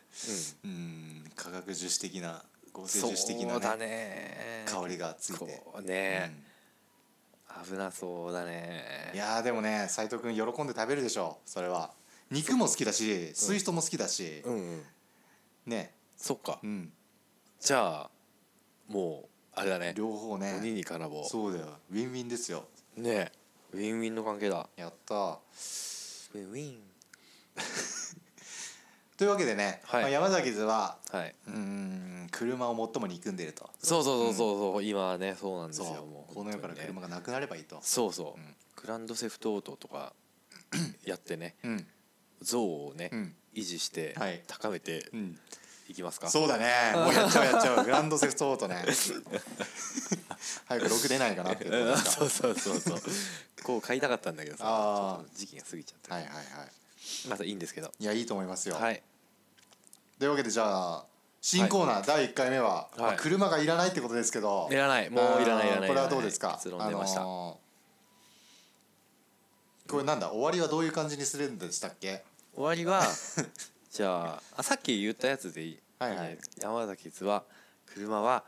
[SPEAKER 4] うん化学樹脂的な合成樹脂的
[SPEAKER 3] そう
[SPEAKER 4] な、
[SPEAKER 3] だ
[SPEAKER 4] ね
[SPEAKER 3] ね
[SPEAKER 4] 香りがついて、
[SPEAKER 3] こう
[SPEAKER 4] うん
[SPEAKER 3] ね、危なそうだ
[SPEAKER 4] い
[SPEAKER 3] ね
[SPEAKER 4] やーでもね斉藤君喜んで食べるでしょそれは肉も好きだし水人も好きだし、
[SPEAKER 3] うんうん
[SPEAKER 4] ね
[SPEAKER 3] そっか
[SPEAKER 4] うん
[SPEAKER 3] じゃあもうあれだね
[SPEAKER 4] 両方ね
[SPEAKER 3] 鬼に金棒
[SPEAKER 4] そうだよウィンウィンですよ
[SPEAKER 3] ねえウィンウィンの関係だ
[SPEAKER 4] やったー
[SPEAKER 3] ウィンウィン
[SPEAKER 4] というわけでね、
[SPEAKER 3] はい
[SPEAKER 4] まあ、山崎図は
[SPEAKER 3] はい、
[SPEAKER 4] うーん車を最も憎んでいると
[SPEAKER 3] そうそうそうそうそう、今はねそうなんです
[SPEAKER 4] そう
[SPEAKER 3] よもう
[SPEAKER 4] この世から車
[SPEAKER 3] が
[SPEAKER 4] がなくなればいいと、
[SPEAKER 3] そうそう、
[SPEAKER 4] ん
[SPEAKER 3] グランドセフトオートとかやってね
[SPEAKER 4] うん
[SPEAKER 3] 像をね、
[SPEAKER 4] うん
[SPEAKER 3] 維持して
[SPEAKER 4] はい
[SPEAKER 3] 高めて
[SPEAKER 4] うん、
[SPEAKER 3] いきますか、
[SPEAKER 4] そうだねもうやっちゃうやっちゃうグランドセフトオー
[SPEAKER 3] <laughs>
[SPEAKER 4] トね早く6出ないかなっていうところ <laughs>
[SPEAKER 3] あ
[SPEAKER 4] です
[SPEAKER 3] そうそうそうそう <laughs> こう買いたかったんだけどさ
[SPEAKER 4] あ
[SPEAKER 3] ち
[SPEAKER 4] ー
[SPEAKER 3] ょっと時期が過ぎちゃって、
[SPEAKER 4] かはいはいはい
[SPEAKER 3] またいいんですけど
[SPEAKER 4] いやいいと思いますよ、
[SPEAKER 3] はい
[SPEAKER 4] というわけでじゃあ新コーナー第1回目は、まあ車がいらないってことですけど
[SPEAKER 3] いらないもういらないいら
[SPEAKER 4] あ
[SPEAKER 3] な
[SPEAKER 4] ー
[SPEAKER 3] い
[SPEAKER 4] これはどうですか
[SPEAKER 3] 結論出ました、
[SPEAKER 4] あのーこれなんだ終わりはどういう感じにするんでしたっけ
[SPEAKER 3] 終わり
[SPEAKER 4] <laughs>
[SPEAKER 3] はじゃああさっき言ったやつでいい、
[SPEAKER 4] はいはい
[SPEAKER 3] えー山崎図は車は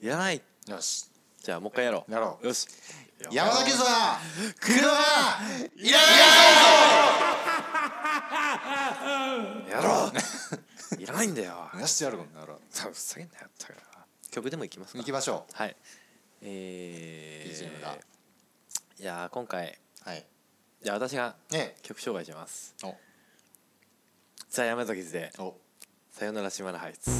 [SPEAKER 3] いらない
[SPEAKER 4] よし
[SPEAKER 3] じゃあもう一回やろう
[SPEAKER 4] やろう
[SPEAKER 3] よし
[SPEAKER 4] 山崎さん車いら
[SPEAKER 3] やろう <laughs> いらないんだよ
[SPEAKER 4] <laughs> ないよしやるこの野郎
[SPEAKER 3] さうっさげんなよったから曲でもいきますか
[SPEAKER 4] 行きましょ
[SPEAKER 3] はいえー、
[SPEAKER 4] BGM が
[SPEAKER 3] いやー今回
[SPEAKER 4] うはい
[SPEAKER 3] じゃあ私が
[SPEAKER 4] ね
[SPEAKER 3] 曲紹介します
[SPEAKER 4] お
[SPEAKER 3] さあ山崎図で
[SPEAKER 4] お
[SPEAKER 3] 「さよなら島のハイツ」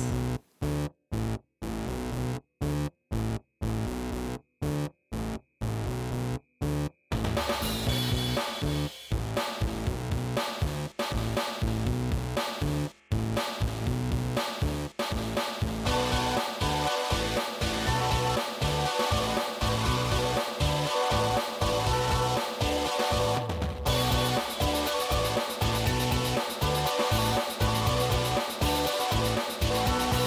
[SPEAKER 2] 「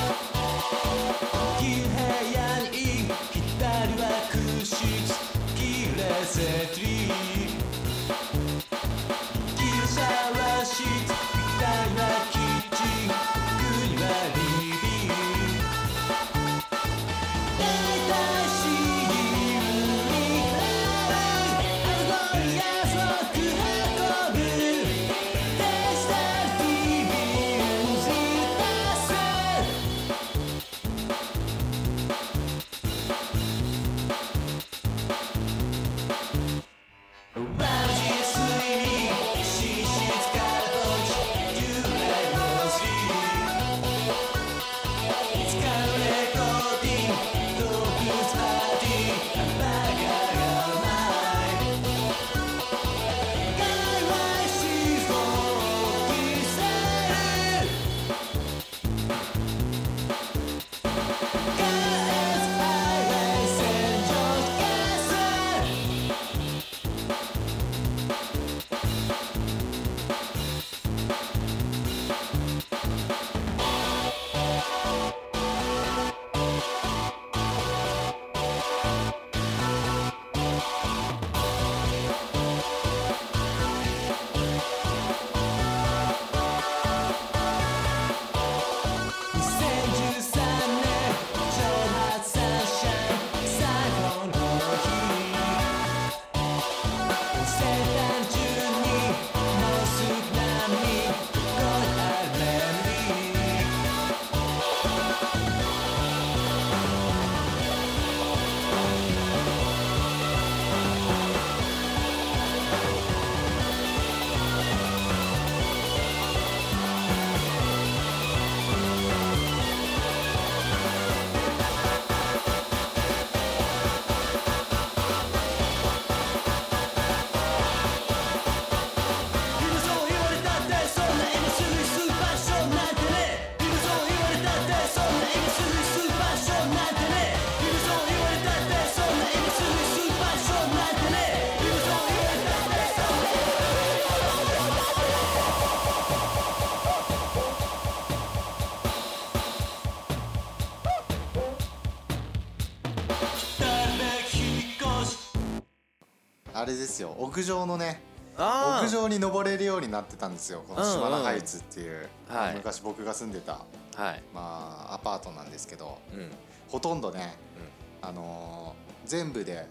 [SPEAKER 4] あれですよ屋上のね
[SPEAKER 3] あ
[SPEAKER 4] 屋上に登れるようになってたんですよこの島のハイツっていう、
[SPEAKER 3] うんうんはい
[SPEAKER 4] 昔僕が住んでた、
[SPEAKER 3] はい
[SPEAKER 4] まあ、アパートなんですけど
[SPEAKER 3] うん
[SPEAKER 4] ほとんどね、あのー全部で、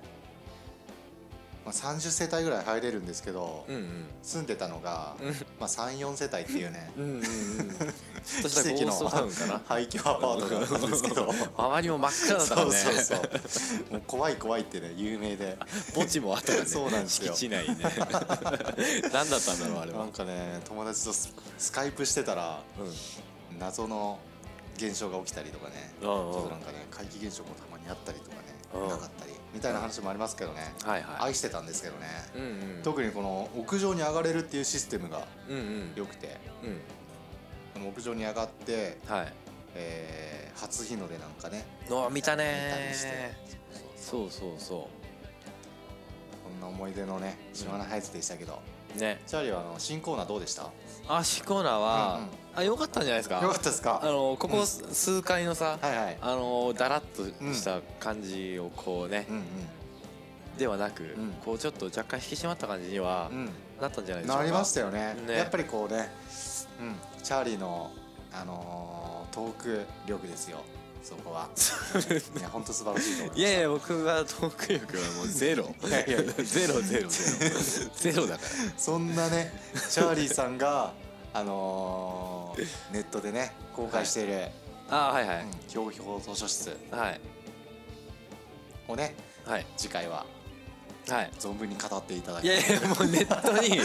[SPEAKER 4] まあ、30世帯ぐらい入れるんですけど、
[SPEAKER 3] うん
[SPEAKER 4] 住んでたのが、
[SPEAKER 3] うん
[SPEAKER 4] まあ、34世帯っていうね
[SPEAKER 3] うんうんうんうんそしたら
[SPEAKER 4] 奇
[SPEAKER 3] ゴー
[SPEAKER 4] 跡の <laughs>
[SPEAKER 3] ストタウンかな
[SPEAKER 4] 廃墟アパートがあるんですけ
[SPEAKER 3] <laughs>
[SPEAKER 4] ど
[SPEAKER 3] 周りも真っ赤だったか
[SPEAKER 4] そ
[SPEAKER 3] ら
[SPEAKER 4] う
[SPEAKER 3] ね
[SPEAKER 4] そうそうもう怖い怖いってね有名で
[SPEAKER 3] 墓地もあったからね
[SPEAKER 4] そうなんですよ
[SPEAKER 3] 敷地内
[SPEAKER 4] <laughs>
[SPEAKER 3] ね何だったんだろうあれ
[SPEAKER 4] な
[SPEAKER 3] は
[SPEAKER 4] んかね友達とススカイプしてたら
[SPEAKER 3] うん
[SPEAKER 4] 謎の現象が起きたりとかね
[SPEAKER 3] う
[SPEAKER 4] ち
[SPEAKER 3] んうん
[SPEAKER 4] ょっとなんかね怪奇現象もたまにあったりとか
[SPEAKER 3] うん
[SPEAKER 4] ねなかったりみたいな話もありますけどね
[SPEAKER 3] はいはい
[SPEAKER 4] 愛してたんですけどね
[SPEAKER 3] うんうん
[SPEAKER 4] 特にこの屋上に上がれるっていうシステムが
[SPEAKER 3] うんうん
[SPEAKER 4] 良くて
[SPEAKER 3] うん
[SPEAKER 4] この屋上に上がって、
[SPEAKER 3] はい
[SPEAKER 4] えー初日の出なんかね
[SPEAKER 3] の見た
[SPEAKER 4] 見たりして
[SPEAKER 3] ねそうそうそ
[SPEAKER 4] こんな思い出のね島のハイツでしたけど、
[SPEAKER 3] うね
[SPEAKER 4] チャーリーはあの新コーナーどうでしたよ
[SPEAKER 3] あシコーナーは
[SPEAKER 4] うんうん
[SPEAKER 3] あ良かったんじゃないですか
[SPEAKER 4] かったですか
[SPEAKER 3] あのここ数回のさ
[SPEAKER 4] はいはい
[SPEAKER 3] あのだらっとした感じをこうね
[SPEAKER 4] うん
[SPEAKER 3] ではなく
[SPEAKER 4] うん
[SPEAKER 3] こうちょっと若干引き締まった感じには
[SPEAKER 4] うん
[SPEAKER 3] なったんじゃな
[SPEAKER 4] う
[SPEAKER 3] い
[SPEAKER 4] ん
[SPEAKER 3] でしょうか
[SPEAKER 4] なりましたよね
[SPEAKER 3] ね
[SPEAKER 4] やっぱりこうね、うん、チャーリーのあのートーク力ですよそこはいや本当素晴らしいと思います
[SPEAKER 3] いやいや僕はトーク力はもうゼロ
[SPEAKER 4] <laughs> いやいや
[SPEAKER 3] ゼロゼロゼロ <laughs> ゼロだか
[SPEAKER 4] そんなねチャーリーさんがあのーネットでね公開している、
[SPEAKER 3] らあーはいは
[SPEAKER 4] うん教育法図書室
[SPEAKER 3] いはい
[SPEAKER 4] をね
[SPEAKER 3] はい
[SPEAKER 4] 次回は
[SPEAKER 3] はい
[SPEAKER 4] 存分に語っていただき
[SPEAKER 3] いやいやもうネットに <laughs> ネ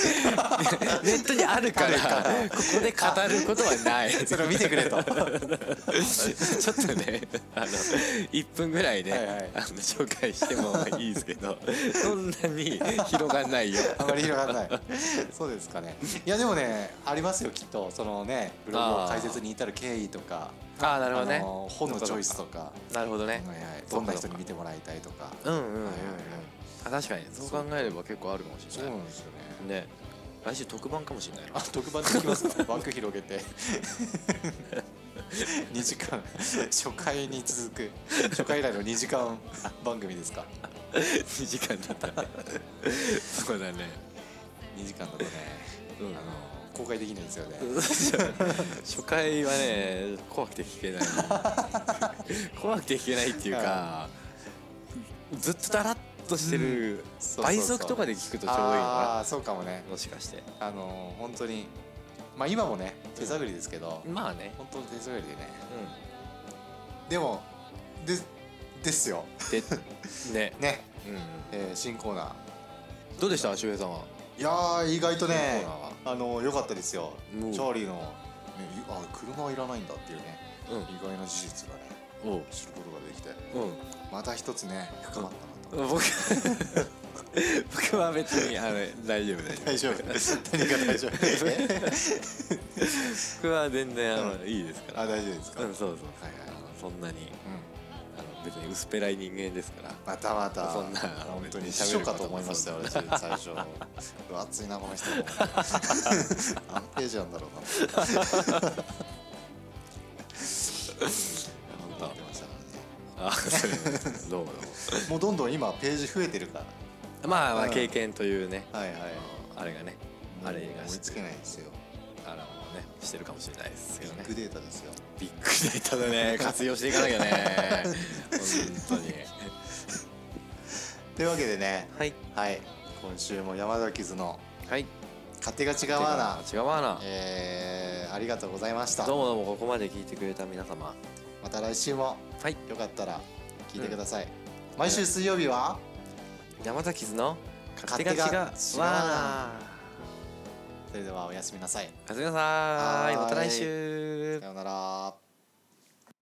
[SPEAKER 3] ットにあるから
[SPEAKER 4] あるから
[SPEAKER 3] ここで語ることはない
[SPEAKER 4] <laughs> それを見てくれ
[SPEAKER 3] <laughs>
[SPEAKER 4] と
[SPEAKER 3] ちょっとねあの1分ぐらいで、
[SPEAKER 4] はいはい
[SPEAKER 3] あの紹介してもいいですけどそんなに広がんないよ
[SPEAKER 4] あまり広がらない <laughs> そうですかねいやでもねありますよきっとそのねブログを解説に至る経緯とか
[SPEAKER 3] ああなるほど
[SPEAKER 4] あ
[SPEAKER 3] ね
[SPEAKER 4] のー本のチョイスとか
[SPEAKER 3] なるほどね
[SPEAKER 4] はいはいどんな人に見てもらいたいとか
[SPEAKER 3] うんうんうん、
[SPEAKER 4] はいはいはい
[SPEAKER 3] あ確かにそう考えれば結構あるかもし
[SPEAKER 4] そう
[SPEAKER 3] れな
[SPEAKER 4] なんですよね
[SPEAKER 3] いね来週特番かもしれないな
[SPEAKER 4] あ特番で行きますか枠広げて2時間初回に続く初回以来の2時間番組ですか
[SPEAKER 3] 2時間だったねそうだね
[SPEAKER 4] 2時間だとね、
[SPEAKER 3] <laughs> うん
[SPEAKER 4] あの公開できないんですよね、
[SPEAKER 3] 初回はね怖くて聞けない <laughs> 怖くて聞けないっていうかずっとだらっとしてる
[SPEAKER 4] そうそうそう
[SPEAKER 3] 倍速とかで聞くとちょうどいいの
[SPEAKER 4] あ
[SPEAKER 3] か
[SPEAKER 4] あそうかもね
[SPEAKER 3] なもしかして
[SPEAKER 4] あの本当にまあ今もね手探りですけど、
[SPEAKER 3] まあね
[SPEAKER 4] 本当に手探りでね
[SPEAKER 3] う
[SPEAKER 4] でもでですよ
[SPEAKER 3] ん <laughs> でね
[SPEAKER 4] ね、
[SPEAKER 3] うんうん
[SPEAKER 4] えー新コーナー
[SPEAKER 3] どうでした周平さんはい
[SPEAKER 4] やー意外とね
[SPEAKER 3] コーナーは
[SPEAKER 4] あの良かったですよチ
[SPEAKER 3] お
[SPEAKER 4] ャ
[SPEAKER 3] う
[SPEAKER 4] ーリーの、ね、いあ車はいらないんだっていうね
[SPEAKER 3] う
[SPEAKER 4] 意外な事実がね
[SPEAKER 3] んおう
[SPEAKER 4] 知ることができて
[SPEAKER 3] うん
[SPEAKER 4] また一つね深まったなと、
[SPEAKER 3] 僕 <laughs> 僕は別にあの大丈夫大丈夫
[SPEAKER 4] 大丈
[SPEAKER 3] <laughs>
[SPEAKER 4] 夫 <laughs> 何が大丈夫
[SPEAKER 3] 僕は全然あのいいですから
[SPEAKER 4] あ大丈夫ですか、
[SPEAKER 3] うんそうそう
[SPEAKER 4] はいはい
[SPEAKER 3] あのそんなに
[SPEAKER 4] うん
[SPEAKER 3] あの別に薄っぺらい人間です <laughs> から
[SPEAKER 4] またまた
[SPEAKER 3] そんな
[SPEAKER 4] 本当に
[SPEAKER 3] 別に
[SPEAKER 4] 一
[SPEAKER 3] 喋
[SPEAKER 4] 緒
[SPEAKER 3] る
[SPEAKER 4] か
[SPEAKER 3] ことと
[SPEAKER 4] 思
[SPEAKER 3] も
[SPEAKER 4] いましたよ俺最初うわ熱いなこの人 <laughs> 何ページなんだろうな本当に思ってましたから
[SPEAKER 3] あそうどうもどう
[SPEAKER 4] ねもうどんどん今ページ増えてるか
[SPEAKER 3] もまあまあ
[SPEAKER 4] うん
[SPEAKER 3] 経験というね
[SPEAKER 4] らはいはい
[SPEAKER 3] あれがねあれが
[SPEAKER 4] 追いつけないですよ
[SPEAKER 3] あのねしてるかもしれないですけ
[SPEAKER 4] ビ
[SPEAKER 3] どね
[SPEAKER 4] ッグデータですよ
[SPEAKER 3] ビッグデータだ <laughs> ね活用していかなきゃね本当に
[SPEAKER 4] というわけでね
[SPEAKER 3] はい
[SPEAKER 4] はい今週も山崎図の
[SPEAKER 3] はい
[SPEAKER 4] 勝手が違うわな
[SPEAKER 3] 違うわな
[SPEAKER 4] えー、ありがとうございました
[SPEAKER 3] どうもどうもここまで聞いてくれた皆様
[SPEAKER 4] また来週も
[SPEAKER 3] はい
[SPEAKER 4] よかったら聞いてください、毎週水曜日は
[SPEAKER 3] 山崎図の勝手が違うわ
[SPEAKER 4] 勝手が違う
[SPEAKER 3] な
[SPEAKER 4] それではおやすみなさい
[SPEAKER 3] おやすみなさー
[SPEAKER 4] はー
[SPEAKER 3] い
[SPEAKER 4] い
[SPEAKER 3] また来週
[SPEAKER 4] さようなら